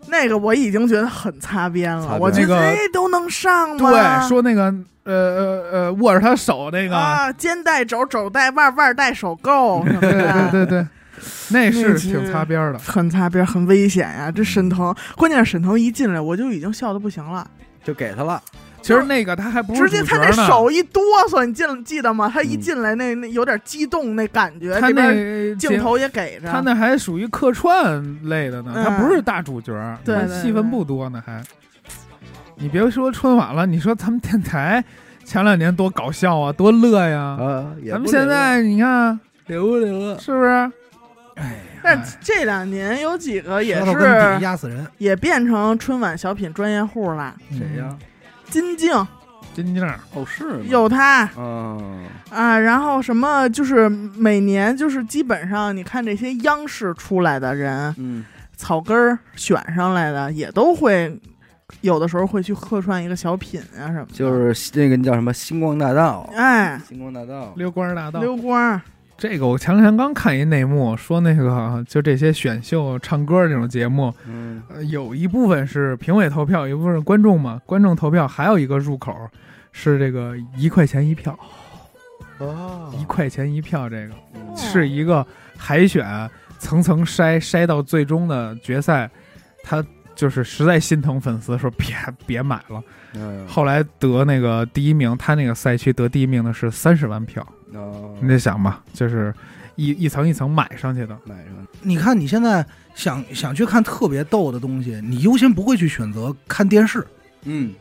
Speaker 3: 那个我已经觉得很擦边
Speaker 1: 擦
Speaker 3: 了。
Speaker 1: 边
Speaker 3: 我觉得
Speaker 4: 那个
Speaker 3: 哎都能上吗？
Speaker 4: 对，说那个呃呃呃，握着他手那个，
Speaker 3: 啊，肩带肘，肘带腕，腕带手
Speaker 4: *laughs*
Speaker 3: 够什么
Speaker 4: 对对
Speaker 3: 的。*laughs*
Speaker 4: 对对，那是
Speaker 3: 那是
Speaker 4: 挺擦边儿的。
Speaker 3: 很擦边，很危险呀、
Speaker 4: 嗯
Speaker 3: 这沈腾，关键是沈腾一进来，我就已经笑的不行了，
Speaker 1: 就给他了。
Speaker 4: 其实那个他还不是
Speaker 3: 直接
Speaker 4: 主角
Speaker 3: 他
Speaker 4: 呢，
Speaker 3: 那手一哆嗦，你记记得吗？他一
Speaker 1: 嗯
Speaker 3: 进来那那有点激动那感觉，
Speaker 4: 他
Speaker 3: 这边
Speaker 4: 那
Speaker 3: 镜头也给着。
Speaker 4: 他那还属于客串类的呢，
Speaker 3: 嗯
Speaker 4: 他不是大主角，
Speaker 3: 对
Speaker 4: 他
Speaker 3: 对
Speaker 4: 戏份不多呢还。你别说春晚了，你说咱们电台前两年多搞笑啊，多乐呀！
Speaker 1: 啊，也
Speaker 4: 咱们
Speaker 1: 不
Speaker 4: 现
Speaker 1: 留
Speaker 4: 在你看
Speaker 1: 留不留啊？
Speaker 4: 是哎不是？
Speaker 3: 但这两年有几个也
Speaker 2: 舌头跟底
Speaker 3: 是
Speaker 2: 压死人。
Speaker 3: 也变成春晚小品专业户了，
Speaker 1: 谁呀？
Speaker 4: 嗯
Speaker 3: 金靖
Speaker 4: 金靖儿，
Speaker 1: 哦，是吗
Speaker 3: 有他
Speaker 1: 嗯，
Speaker 3: 啊，然后什么就是每年就是基本上你看这些央视出来的人，
Speaker 1: 嗯，
Speaker 3: 草根儿选上来的也都会。有的时候会去客串一个小品啊什么的，
Speaker 1: 就是那个那叫什么星光大道，
Speaker 4: 啊
Speaker 3: 哎，
Speaker 1: 星光大道，
Speaker 4: 溜官儿大道。
Speaker 3: 溜光儿，
Speaker 4: 这个我前两天刚看一内幕，说那个就这些选秀、唱歌这种节目，
Speaker 1: 嗯，
Speaker 4: 呃，有一部分是评委投票，有一部分是观众嘛，观众投票，还有一个入口是这个一块钱一票，
Speaker 1: 哦
Speaker 4: 一块钱一票这个。
Speaker 3: 哦
Speaker 1: 嗯
Speaker 4: 是一个海选，层层筛筛到最终的决赛，他就是实在心疼粉丝，说别别买了。
Speaker 1: 嗯
Speaker 4: 后来得那个第一名，他那个赛区得第一名的是三十万票，
Speaker 1: 哦
Speaker 4: 你得想吧，就是一一层一层买上去的。
Speaker 1: 买上，
Speaker 2: 你看你现在想想去看特别逗的东西，你优先不会去选择看电视，
Speaker 1: 嗯，。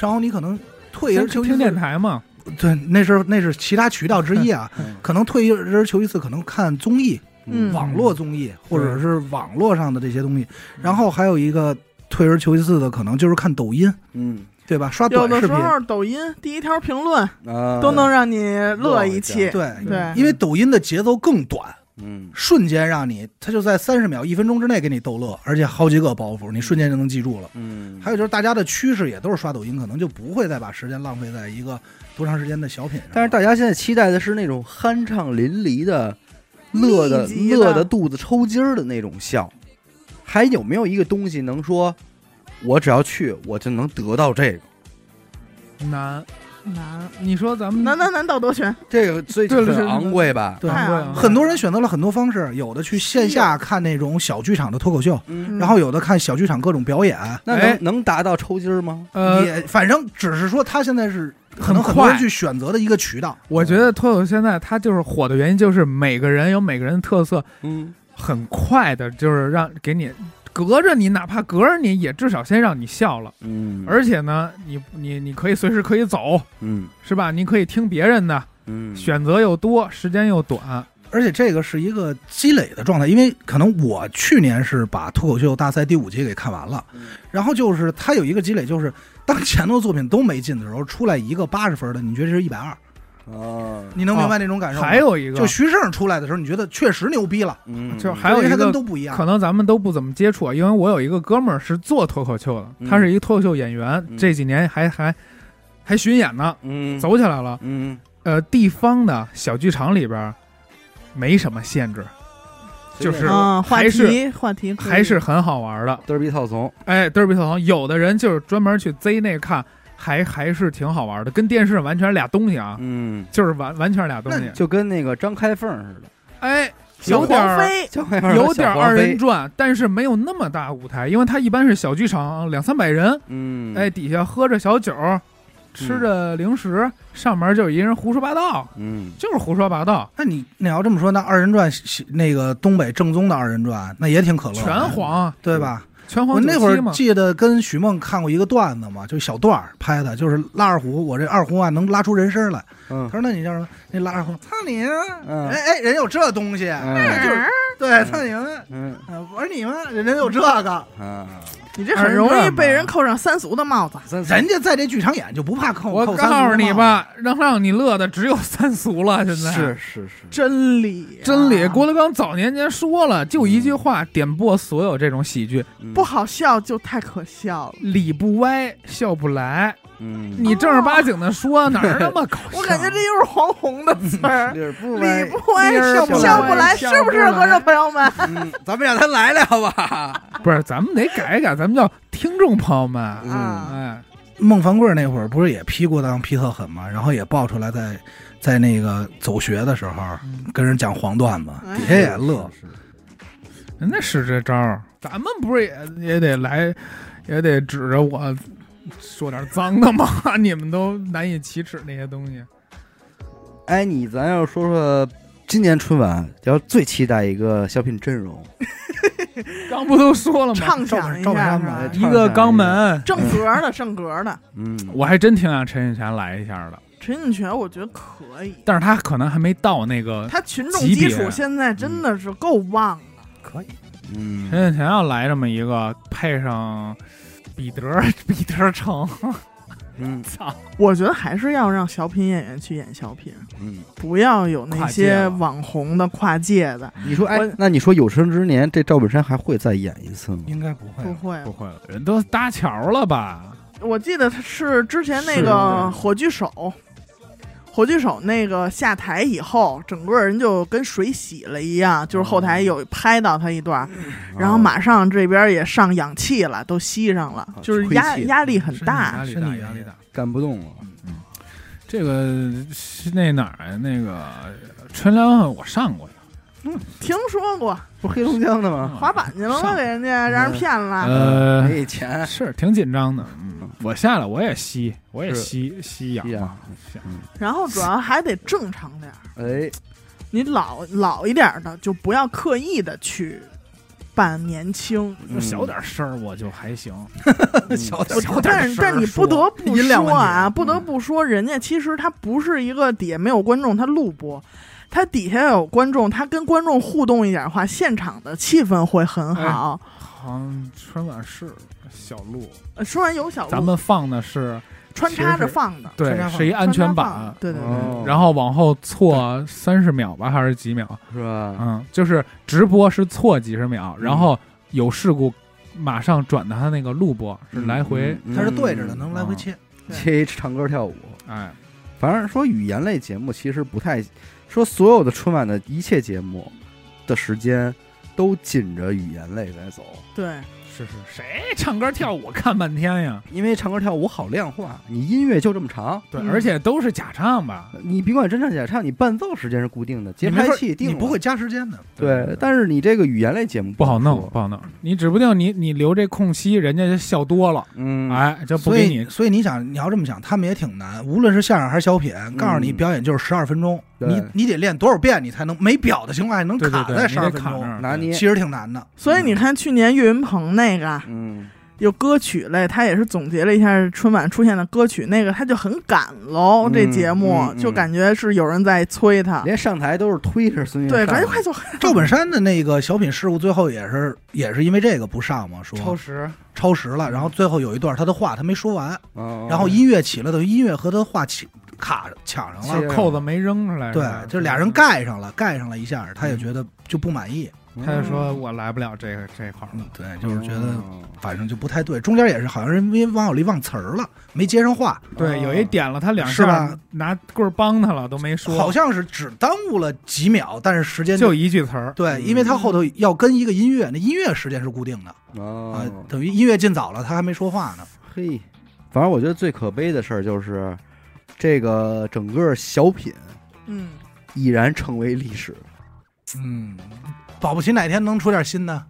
Speaker 2: 然后你可能退而
Speaker 4: 听
Speaker 2: 求
Speaker 4: 听电
Speaker 2: 台。
Speaker 4: 台嘛，
Speaker 2: 对，那是那是其他渠道之一啊
Speaker 1: 嗯
Speaker 2: 可能退而求其次，可能看综艺、
Speaker 3: 嗯
Speaker 2: 网络综艺，或者是网络上的这些东西。
Speaker 3: 嗯
Speaker 2: 然后还有一个退而求其次的，可能就是看抖音，
Speaker 1: 嗯
Speaker 2: 对吧？刷
Speaker 3: 有
Speaker 2: 短
Speaker 3: 的
Speaker 2: 视
Speaker 3: 时
Speaker 2: 频，
Speaker 3: 候抖音第一条评论
Speaker 1: 啊，
Speaker 3: 都能让你乐一气，
Speaker 2: 对
Speaker 3: 对
Speaker 2: 因为抖音的节奏更短，
Speaker 1: 嗯，
Speaker 2: 瞬间让你，他就在三十秒、一分钟之内给你逗乐，而且好几个包袱，你瞬间就能记住了。
Speaker 1: 嗯，
Speaker 2: 还有就是大家的趋势也都是刷抖音，可能就不会再把时间浪费在一个多长时间的小品上了。
Speaker 1: 但是大家现在期待的是那种酣畅淋漓的，乐的
Speaker 3: 密集的
Speaker 1: 乐的肚子抽筋儿的那种笑。还有没有一个东西能说，我只要去，我就能得到这个？
Speaker 4: 难。
Speaker 3: 难
Speaker 4: 你说咱们
Speaker 3: 难难难道夺权，
Speaker 1: 这个最
Speaker 4: 对了是
Speaker 1: 很昂贵吧？
Speaker 2: 对啊
Speaker 3: 太
Speaker 4: 昂贵
Speaker 3: 昂
Speaker 4: 了
Speaker 2: 很多人选择了很多方式，有的去线下看那种小剧场的脱口秀，
Speaker 1: 嗯，
Speaker 3: 嗯
Speaker 2: 然后有的看小剧场各种表演。
Speaker 1: 那
Speaker 4: 哎
Speaker 1: 能能达到抽筋儿吗？
Speaker 4: 呃，
Speaker 2: 也反正只是说，他现在是可能很
Speaker 4: 很
Speaker 2: 多人
Speaker 4: 快
Speaker 2: 去选择的一个渠道。
Speaker 4: 我觉得脱口秀现在它就是火的原因，就是每个人有每个人的特色，
Speaker 1: 嗯，
Speaker 4: 很快的，就是让给你隔着你，哪怕隔着你，也至少先让你笑了。
Speaker 1: 嗯，
Speaker 4: 而且呢，你你你可以随时可以走，
Speaker 1: 嗯
Speaker 4: 是吧？你可以听别人的，
Speaker 1: 嗯，
Speaker 4: 选择又多，时间又短。
Speaker 2: 而且这个是一个积累的状态，因为可能我去年是把脱口秀大赛第五季给看完了，然后就是它有一个积累，就是当前头作品都没劲的时候，出来一个八十分的，你觉得这是一百二，
Speaker 1: 哦，
Speaker 2: 你能明白那种感受吗？
Speaker 4: 还有一个
Speaker 2: 就徐胜出来的时候，你觉得确实牛逼了，
Speaker 1: 嗯，
Speaker 4: 就是还有
Speaker 2: 因为
Speaker 4: 一
Speaker 2: 他跟
Speaker 4: 个
Speaker 2: 都不一样
Speaker 4: 可。能咱们都不怎么接触，啊因为我有一个哥们儿是做脱口秀的，
Speaker 1: 嗯
Speaker 4: 他是一个脱口秀演员，
Speaker 1: 嗯
Speaker 4: 这几年还还还巡演呢，
Speaker 1: 嗯，
Speaker 4: 走起来了。
Speaker 1: 嗯，
Speaker 4: 呃，地方的小剧场里边儿没什么限制，
Speaker 1: 随便
Speaker 4: 就是
Speaker 1: 说
Speaker 3: 啊，话
Speaker 4: 还是
Speaker 3: 题话题可以
Speaker 4: 还是很好玩的。
Speaker 1: 嘚儿逼套怂，
Speaker 4: 哎，德尔比特行，有的人就是专门去贼那看，还还是挺好玩的，跟电视完全是俩东西啊，
Speaker 1: 嗯，
Speaker 4: 就是完完全是俩东
Speaker 2: 那
Speaker 4: 西
Speaker 2: 你。
Speaker 1: 就跟那个张开凤似的，
Speaker 4: 哎，
Speaker 3: 小
Speaker 4: 有点
Speaker 3: 黄
Speaker 4: 儿
Speaker 3: 飞，
Speaker 1: 张开凤
Speaker 4: 有点儿二
Speaker 1: 转，
Speaker 4: 人转，但是没有那么大舞台，因为它一般是小剧场，两三百人，
Speaker 1: 嗯，
Speaker 4: 哎，，底下喝着小酒，吃着零食，上面就是一人胡说八道，
Speaker 1: 嗯，
Speaker 4: 就是胡说八道，
Speaker 2: 那你你要这么说，那二人转那个东北正宗的二人转，那也挺可乐的，
Speaker 4: 拳皇，
Speaker 2: 对吧？
Speaker 4: 拳皇
Speaker 2: 我那会
Speaker 4: 九七
Speaker 2: 儿
Speaker 4: 嘛
Speaker 2: 记得跟许梦看过一个段子嘛，就是小段儿拍的，就是拉二胡，我这二胡啊能拉出人声来。
Speaker 1: 嗯
Speaker 2: 他说：“那你叫什么？那拉二胡，操你啊！
Speaker 1: 嗯
Speaker 2: 哎哎，人有这东西，
Speaker 1: 嗯
Speaker 2: 就是对，操你们，
Speaker 1: 嗯
Speaker 2: 啊玩你们，人有这个，
Speaker 1: 啊，
Speaker 3: 你这很容易被人扣上三俗的帽子。
Speaker 1: 咱
Speaker 2: 人家在这剧场演就不怕扣。
Speaker 4: 我
Speaker 2: 扣三
Speaker 4: 告诉
Speaker 2: 分
Speaker 4: 你
Speaker 2: 嘛，
Speaker 4: 吧，能让你乐的只有三俗了，现在
Speaker 1: 是是是，
Speaker 3: 真理啊，
Speaker 4: 真理，郭德纲早年间说了，就一句话点破所有这种喜剧：
Speaker 1: 嗯
Speaker 3: 不，好笑就太可笑了。
Speaker 4: 理不歪，笑不来。
Speaker 1: 嗯，
Speaker 4: 你正儿八经的说，哪儿那么搞 *laughs* 笑？
Speaker 3: 我感觉这又是黄宏的词
Speaker 1: *laughs*
Speaker 3: 儿，
Speaker 1: 理儿不歪
Speaker 3: 理不歪
Speaker 1: 理儿
Speaker 3: 笑
Speaker 1: 不
Speaker 3: 笑不
Speaker 4: 来
Speaker 3: 来，是不是观众朋友们？
Speaker 1: 嗯，咱们让他来聊吧，
Speaker 4: 不是，咱们得改一改，咱们叫听众朋友们。
Speaker 3: 啊
Speaker 4: 哎，
Speaker 2: 孟凡贵那会儿不是也批过当批特狠嘛，然后也爆出来在在那个走学的时候
Speaker 4: 嗯
Speaker 2: 跟人讲黄段子，
Speaker 3: 哎
Speaker 2: 底下也乐。
Speaker 1: 是，
Speaker 4: 人家使这招儿，咱们不是也也得来，也得指着我说点脏的吗？ *laughs* 你们都难以启齿那些东西。
Speaker 1: 哎，你咱要说说。今年春晚要最期待一个小品阵容，
Speaker 4: 刚不都说了吗？
Speaker 3: 畅想一
Speaker 2: 赵本
Speaker 3: 下
Speaker 2: 山
Speaker 3: 是
Speaker 2: 吧
Speaker 3: 吧？
Speaker 4: 一个肛门，
Speaker 3: 正格的，正格的，
Speaker 1: 嗯，
Speaker 4: 我还真挺想陈印泉来一下的，
Speaker 3: 陈印泉我觉得可以，
Speaker 4: 但是他可能还没到那个
Speaker 3: 他群众
Speaker 4: 级
Speaker 3: 基
Speaker 4: 别
Speaker 3: 础现在真的是够旺了。
Speaker 2: 可以，
Speaker 1: 嗯，
Speaker 4: 陈振前要来这么一个，配上彼得 *laughs* 彼得城，
Speaker 1: 嗯
Speaker 4: 操，
Speaker 3: 我觉得还是要让小品演员去演小品，
Speaker 1: 嗯，
Speaker 3: 不要有那
Speaker 4: 跨界
Speaker 3: 些
Speaker 4: 了
Speaker 3: 网红的跨界的，
Speaker 1: 你说，哎
Speaker 3: 我，
Speaker 1: 那你说有生之年这赵本山还会再演一次吗？
Speaker 2: 应该不会
Speaker 3: 不会。
Speaker 4: 不会了，人都搭桥了吧？
Speaker 3: 我记得他是之前那
Speaker 4: 是
Speaker 3: 个火炬手，火炬手那个下台以后，整个人就跟水洗了一样，就是后台有拍到他一段，然后
Speaker 1: 马。
Speaker 3: 马上这边也上氧气了，都吸上了，
Speaker 1: 啊
Speaker 3: 就是
Speaker 1: 吹
Speaker 3: 压
Speaker 1: 气
Speaker 3: 压力很大
Speaker 4: 嗯压。力
Speaker 2: 身
Speaker 4: 大，
Speaker 2: 体
Speaker 4: 压力大。
Speaker 1: 干不动了。
Speaker 4: 这个是那哪儿啊那个春凉案我上过呀，
Speaker 3: 听说过
Speaker 1: 不是黑龙江的吗？
Speaker 3: 滑板去了吗？
Speaker 4: 上
Speaker 3: 给人家让人骗了，
Speaker 4: 啊呃，
Speaker 1: 没钱。
Speaker 4: 是挺紧张的。嗯，我下来我也吸，我也
Speaker 1: 是
Speaker 4: 吸吸氧
Speaker 1: 吸氧
Speaker 4: 嘛。行
Speaker 3: 然后主要还得正常点儿，
Speaker 1: 哎，
Speaker 3: 你老老一点儿的就不要刻意的去扮年轻。
Speaker 1: 嗯
Speaker 4: 小点声儿我就还行。
Speaker 2: 小点
Speaker 3: 我
Speaker 2: 儿小点儿声
Speaker 3: *laughs* 但是
Speaker 2: 儿
Speaker 3: 但你
Speaker 2: 说
Speaker 3: 不得不
Speaker 2: 音量
Speaker 3: 说
Speaker 2: 问
Speaker 3: 啊
Speaker 2: 题啊
Speaker 3: 啊，不得不说，人家其实他不是一个底下没有观众，他录播，他底下有观众，他跟观众互动一点的话，现场的气氛会很好。
Speaker 4: 好像春晚是小鹿，
Speaker 3: 呃说完有小
Speaker 4: 咱
Speaker 3: 路
Speaker 4: 们放的是
Speaker 3: 穿插
Speaker 4: 其
Speaker 3: 着
Speaker 4: 实是
Speaker 3: 放的，
Speaker 4: 对
Speaker 2: 穿插，放
Speaker 4: 是一安全
Speaker 3: 穿插
Speaker 4: 版嗯
Speaker 3: 放，对对对，
Speaker 1: 哦
Speaker 4: 然后往后错三十秒吧，还是几秒？
Speaker 1: 是吧？
Speaker 4: 嗯，就是直播是错几十秒，然后有事故马上转到他那个录播，是来回，
Speaker 1: 嗯
Speaker 2: 它是对着的，能来回切。
Speaker 1: 切唱歌跳舞。
Speaker 4: 哎，
Speaker 1: 反正说语言类节目其实不太说所有的春晚的一切节目的时间都紧着语言类在走，
Speaker 3: 对
Speaker 4: 是是，谁唱歌跳舞看半天呀？
Speaker 1: 因为唱歌跳舞好量化，你音乐就这么长，
Speaker 4: 对，
Speaker 3: 嗯
Speaker 4: 而且都是假唱吧？
Speaker 1: 你甭管真唱假唱，你伴奏时间是固定的，节
Speaker 2: 你没
Speaker 1: 拍
Speaker 2: 法
Speaker 1: 器定啊
Speaker 2: 你
Speaker 1: 了
Speaker 2: 不会嗯加时间的，
Speaker 1: 对，但是你这个语言类节目
Speaker 4: 不好弄，
Speaker 1: 说
Speaker 4: 不好弄。你指不定你你留这空隙，人家就笑多了，
Speaker 1: 嗯，
Speaker 4: 哎，就不
Speaker 2: 所
Speaker 4: 给
Speaker 2: 以
Speaker 4: 你。
Speaker 2: 所以你想，你要这么想，他们也挺难。无论是相声还是小品，告诉你
Speaker 1: 嗯
Speaker 2: 表演就是十二分钟，
Speaker 1: 对
Speaker 2: 你你得练多少遍，你才能没表的情况下能
Speaker 4: 对对
Speaker 2: 卡
Speaker 4: 对，
Speaker 2: 在
Speaker 4: 你
Speaker 2: 十二
Speaker 4: 得
Speaker 2: 分
Speaker 4: 卡那
Speaker 2: 钟，
Speaker 4: 儿
Speaker 1: 拿捏
Speaker 2: 其，实挺难的。
Speaker 3: 所以你看去年岳云鹏那个
Speaker 1: 嗯，
Speaker 3: 有歌曲类，他也是总结了一下春晚出现的歌曲，那个他就很赶喽，
Speaker 1: 嗯
Speaker 3: 这节目、
Speaker 1: 嗯嗯
Speaker 3: 就感觉是有人在催他，
Speaker 1: 连上台都是推着孙悦
Speaker 3: 对，
Speaker 1: 上的，
Speaker 3: 赶紧快走，
Speaker 2: 赵本山的那个小品事务，最后也是也是因为这个不上嘛，说
Speaker 1: 哦
Speaker 4: 超时，
Speaker 2: 超时了，然后最后有一段他的话他没说完，
Speaker 1: 哦，
Speaker 2: 然后音乐起了，等于音乐和他的话起卡抢上
Speaker 1: 切
Speaker 2: 了，
Speaker 1: 了
Speaker 4: 扣子没扔出来。
Speaker 2: 对
Speaker 4: 是吧，嗯
Speaker 2: 就俩人。盖上了，盖上了一下，他也觉得就不满意，
Speaker 1: 哦
Speaker 4: 他就说：“我来不了这个这块儿了
Speaker 2: 嗯，对，就是觉得
Speaker 1: 哦
Speaker 2: 反正就不太对，中间也是好像是因为王小利忘词儿了，没接上话，
Speaker 4: 对，有一点了他两
Speaker 2: 哦是
Speaker 4: 下
Speaker 2: 吧，
Speaker 4: 拿棍儿帮他了，都没说，
Speaker 2: 好像是只耽误了几秒，但是时间
Speaker 4: 就一句词儿。
Speaker 2: 对，因为他后头要跟一个音乐，那音乐时间是固定的啊
Speaker 1: 哦，，
Speaker 2: 等于音乐进早了，他还没说话呢。
Speaker 1: 嘿，反正我觉得最可悲的事儿就是，这个整个小品
Speaker 3: 嗯，
Speaker 1: 已然成为历史，
Speaker 2: 嗯，保不齐哪天能出点新的。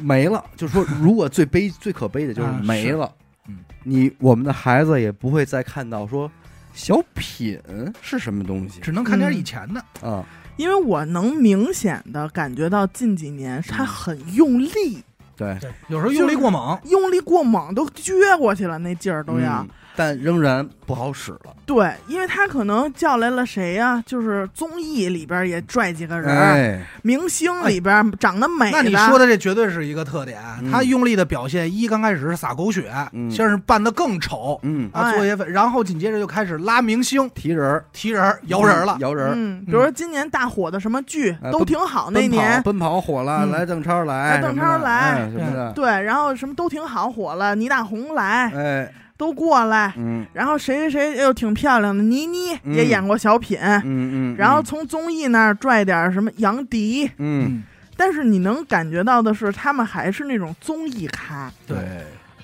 Speaker 1: 没了。就说如果最悲、最可悲的就是
Speaker 2: 啊
Speaker 1: 没
Speaker 2: 是
Speaker 1: 了，
Speaker 2: 嗯，
Speaker 1: 你我们的孩子也不会再看到说小品是什么东西
Speaker 2: 只能看点以前的。
Speaker 1: 啊，
Speaker 3: 因为我能明显的感觉到近几年他很用力，
Speaker 1: 对，
Speaker 2: 对，有时候用力过猛，
Speaker 3: 用力过猛都撅过去了，那劲儿都要。
Speaker 2: 啊
Speaker 1: 嗯但仍然不好使了。
Speaker 3: 对，因为他可能叫来了谁呀、就是综艺里边也拽几个人，
Speaker 1: 哎，
Speaker 3: 明星里边长得美
Speaker 2: 那
Speaker 3: 的，
Speaker 2: 你说的这绝对是一个特点。
Speaker 1: 嗯
Speaker 2: 他用力的表现，一刚开始是撒狗血，
Speaker 1: 嗯
Speaker 2: 先是扮得更丑
Speaker 1: 嗯，
Speaker 2: 啊，
Speaker 3: 哎
Speaker 2: 做一些，然后紧接着就开始拉明星、
Speaker 1: 提人儿，
Speaker 2: 提人儿、摇人儿了
Speaker 1: 嗯。摇人儿，
Speaker 3: 嗯，比如说今年大火的什么剧、
Speaker 1: 哎
Speaker 3: 都挺好，那
Speaker 1: 奔跑
Speaker 3: 年
Speaker 1: 奔跑火了，
Speaker 2: 嗯
Speaker 1: 来邓超来，
Speaker 3: 来邓
Speaker 1: 什么
Speaker 3: 超
Speaker 1: 的
Speaker 3: 来
Speaker 1: 哎什么的，
Speaker 3: 对，然后什么都挺好，火了，倪大红来、
Speaker 1: 哎，
Speaker 3: 都过来，
Speaker 1: 嗯
Speaker 3: 然后谁谁谁又挺漂亮的，倪妮
Speaker 1: 嗯
Speaker 3: 也演过小品，
Speaker 1: 嗯嗯，
Speaker 3: 然后
Speaker 1: 嗯
Speaker 3: 从综艺那儿拽点儿什么杨迪，
Speaker 1: 嗯，
Speaker 3: 但是你能感觉到的是，他们还是那种综艺咖。
Speaker 2: 对，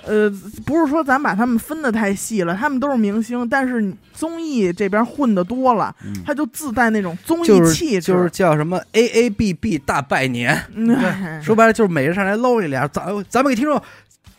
Speaker 3: 呃，不是说咱把他们分得太细了，他们都是明星，但是你综艺这边混的多了，
Speaker 1: 嗯
Speaker 3: 他就自带那种综
Speaker 1: 就
Speaker 3: 艺
Speaker 1: 是
Speaker 3: 气质，
Speaker 1: 就是叫什么 A A B B 大拜年，
Speaker 3: 嗯
Speaker 1: 说白了就是每人上来搂你俩，咱咱们给听众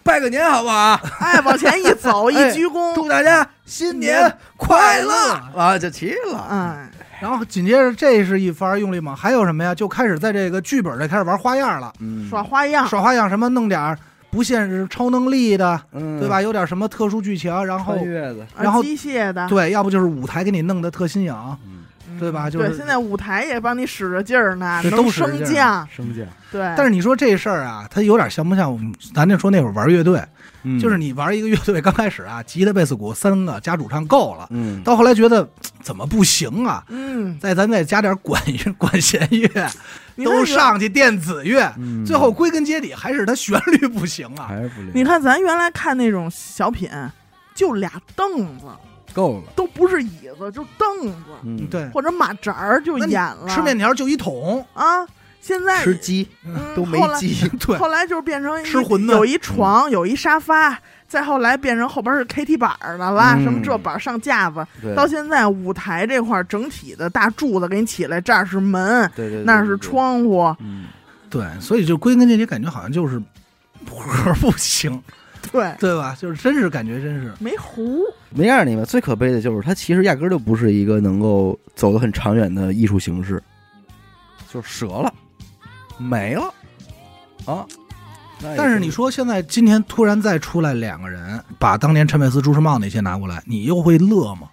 Speaker 1: 拜个年好不好？
Speaker 3: 哎，往前一
Speaker 2: *laughs*
Speaker 3: 走，一
Speaker 1: 哎
Speaker 3: 鞠躬，
Speaker 1: 祝大家新年快乐
Speaker 3: 快
Speaker 1: 啊，就齐了。
Speaker 2: 啊
Speaker 3: 哎，
Speaker 2: 然后紧接着这是一番用力猛，还有什么呀？就开始在这个剧本这开始玩花样了，
Speaker 1: 嗯
Speaker 3: 耍花样，
Speaker 2: 耍花样什么弄点儿不限制超能力的，
Speaker 1: 嗯
Speaker 2: 对吧？？有点什么特殊剧情，然后
Speaker 1: 穿越的，
Speaker 3: 啊
Speaker 2: 然后
Speaker 3: 机械的，
Speaker 2: 对，要不就是舞台给你弄得特新颖，
Speaker 1: 嗯，
Speaker 2: 对吧？就
Speaker 3: 对，
Speaker 2: 是
Speaker 3: 现在舞台也帮你使着劲儿呢，
Speaker 2: 这
Speaker 3: 能
Speaker 2: 都使着
Speaker 3: 升
Speaker 2: 劲儿
Speaker 3: 降，
Speaker 1: 升降，
Speaker 3: 对，
Speaker 2: 但是你说这事儿啊，它有点像不像我们咱就说那会儿玩乐队，
Speaker 1: 嗯
Speaker 2: 就是你玩一个乐队刚开始啊，吉他、贝斯、鼓三个加主唱够了，
Speaker 1: 嗯，
Speaker 2: 到后来觉得嘖怎么不行啊？
Speaker 3: 嗯，
Speaker 2: 再咱再加点管 *laughs* 乐、管弦乐，
Speaker 3: 你看
Speaker 2: 都
Speaker 3: 原。
Speaker 2: 上去电子乐，
Speaker 1: 嗯哎
Speaker 2: 最后归根结底还是它旋律不行啊。
Speaker 1: 还是不灵，
Speaker 3: 你看咱原来看那种小品，就俩凳子，
Speaker 1: 够了，
Speaker 3: 都不是椅子，就凳子。
Speaker 1: 嗯，，
Speaker 2: 对，
Speaker 3: 或者马扎儿就
Speaker 2: 那你
Speaker 3: 演了，
Speaker 2: 吃面条就一桶，
Speaker 3: 啊，现在
Speaker 1: 吃鸡
Speaker 3: 嗯
Speaker 1: 都没
Speaker 3: 后来
Speaker 1: 鸡，
Speaker 2: 对，
Speaker 3: 后来就是变成一
Speaker 2: 吃馄饨
Speaker 3: 有一床，有一沙发，再后来变成后边是 KT 板儿的啦，
Speaker 1: 嗯
Speaker 3: 什么这板儿上架子，
Speaker 1: 对
Speaker 3: *laughs* 到现在舞台这块儿整体的大柱子给你起来，这儿是门，
Speaker 1: 对对，
Speaker 3: 那儿是，窗户，
Speaker 1: 嗯，
Speaker 2: 对，所以就归根结底感觉好像就是活儿不行，
Speaker 3: 对，
Speaker 2: 对吧？就是真是感觉真是，
Speaker 3: 没糊，
Speaker 1: 没告诉你们，最可悲的就是它其实压根儿就不是一个能够走得很长远的艺术形式，就是折了，没了啊。那也
Speaker 2: 但是你说现在今天突然再出来两个人，把当年陈佩斯、朱时茂那些拿过来，你又会乐吗？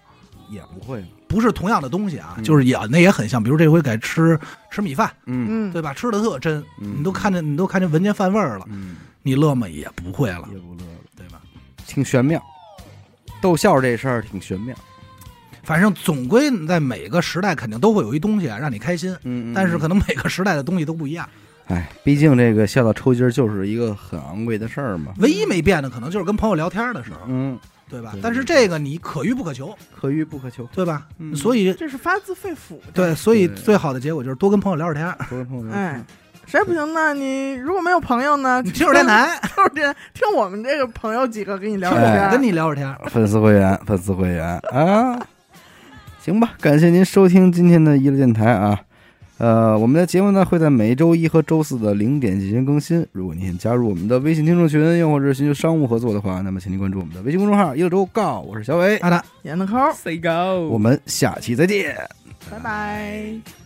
Speaker 1: 也不会，
Speaker 2: 不是同样的东西啊，
Speaker 1: 嗯
Speaker 2: 就是也那也很像，比如这回改吃吃米饭，
Speaker 1: 嗯
Speaker 3: 嗯，
Speaker 2: 对吧？吃的特真，
Speaker 1: 嗯
Speaker 2: 你都看见你都看见闻见饭味儿了，
Speaker 1: 嗯，
Speaker 2: 你乐吗？也不会了，
Speaker 1: 也不乐了，
Speaker 2: 对吧？
Speaker 1: 挺玄妙。逗笑这事儿挺玄妙，
Speaker 2: 反正总归在每个时代肯定都会有一东西啊让你开心，
Speaker 1: 嗯
Speaker 2: 但是
Speaker 1: 可
Speaker 2: 可能每个时代的东西都不一样。
Speaker 1: 哎，毕竟这个笑到抽筋儿就是一个很昂贵的事儿嘛。
Speaker 2: 唯一没变的可能就是跟朋友聊天的时候，
Speaker 1: 嗯，
Speaker 2: 对吧
Speaker 1: 对？
Speaker 2: 但是这个你可遇不可求，
Speaker 1: 可遇不可 *laughs* 求。
Speaker 2: 对吧？
Speaker 1: 嗯
Speaker 2: 所以
Speaker 3: 这是发自肺腑的。
Speaker 2: 对，所以
Speaker 1: 对嗯
Speaker 2: 最好的结果就是多跟朋友聊会
Speaker 1: *laughs*
Speaker 2: 儿天儿，
Speaker 1: 各位朋友，
Speaker 3: 哎，实在不行呢，你如果没有朋友呢，
Speaker 2: 你听会儿
Speaker 1: *laughs*
Speaker 2: 电
Speaker 3: *laughs*
Speaker 2: 台，
Speaker 3: 听会儿电台，听我们这个朋友几个跟你聊聊
Speaker 1: 哎
Speaker 3: 天。
Speaker 2: 我跟你聊会儿天儿。
Speaker 1: 粉丝会员，粉丝会员啊，行吧，感谢您收听今天的娱乐电台啊。呃，我们的节目呢会在每周一和周四的零点进行更新。如果您想加入我们的微信听众群，又或者寻求商务合作的话，那么请您关注我们的微信公众号“一乐周告”，我是小伟，
Speaker 2: 好的。
Speaker 3: 演的抠，
Speaker 4: Say go，
Speaker 1: 我们下期再见。
Speaker 3: 拜拜。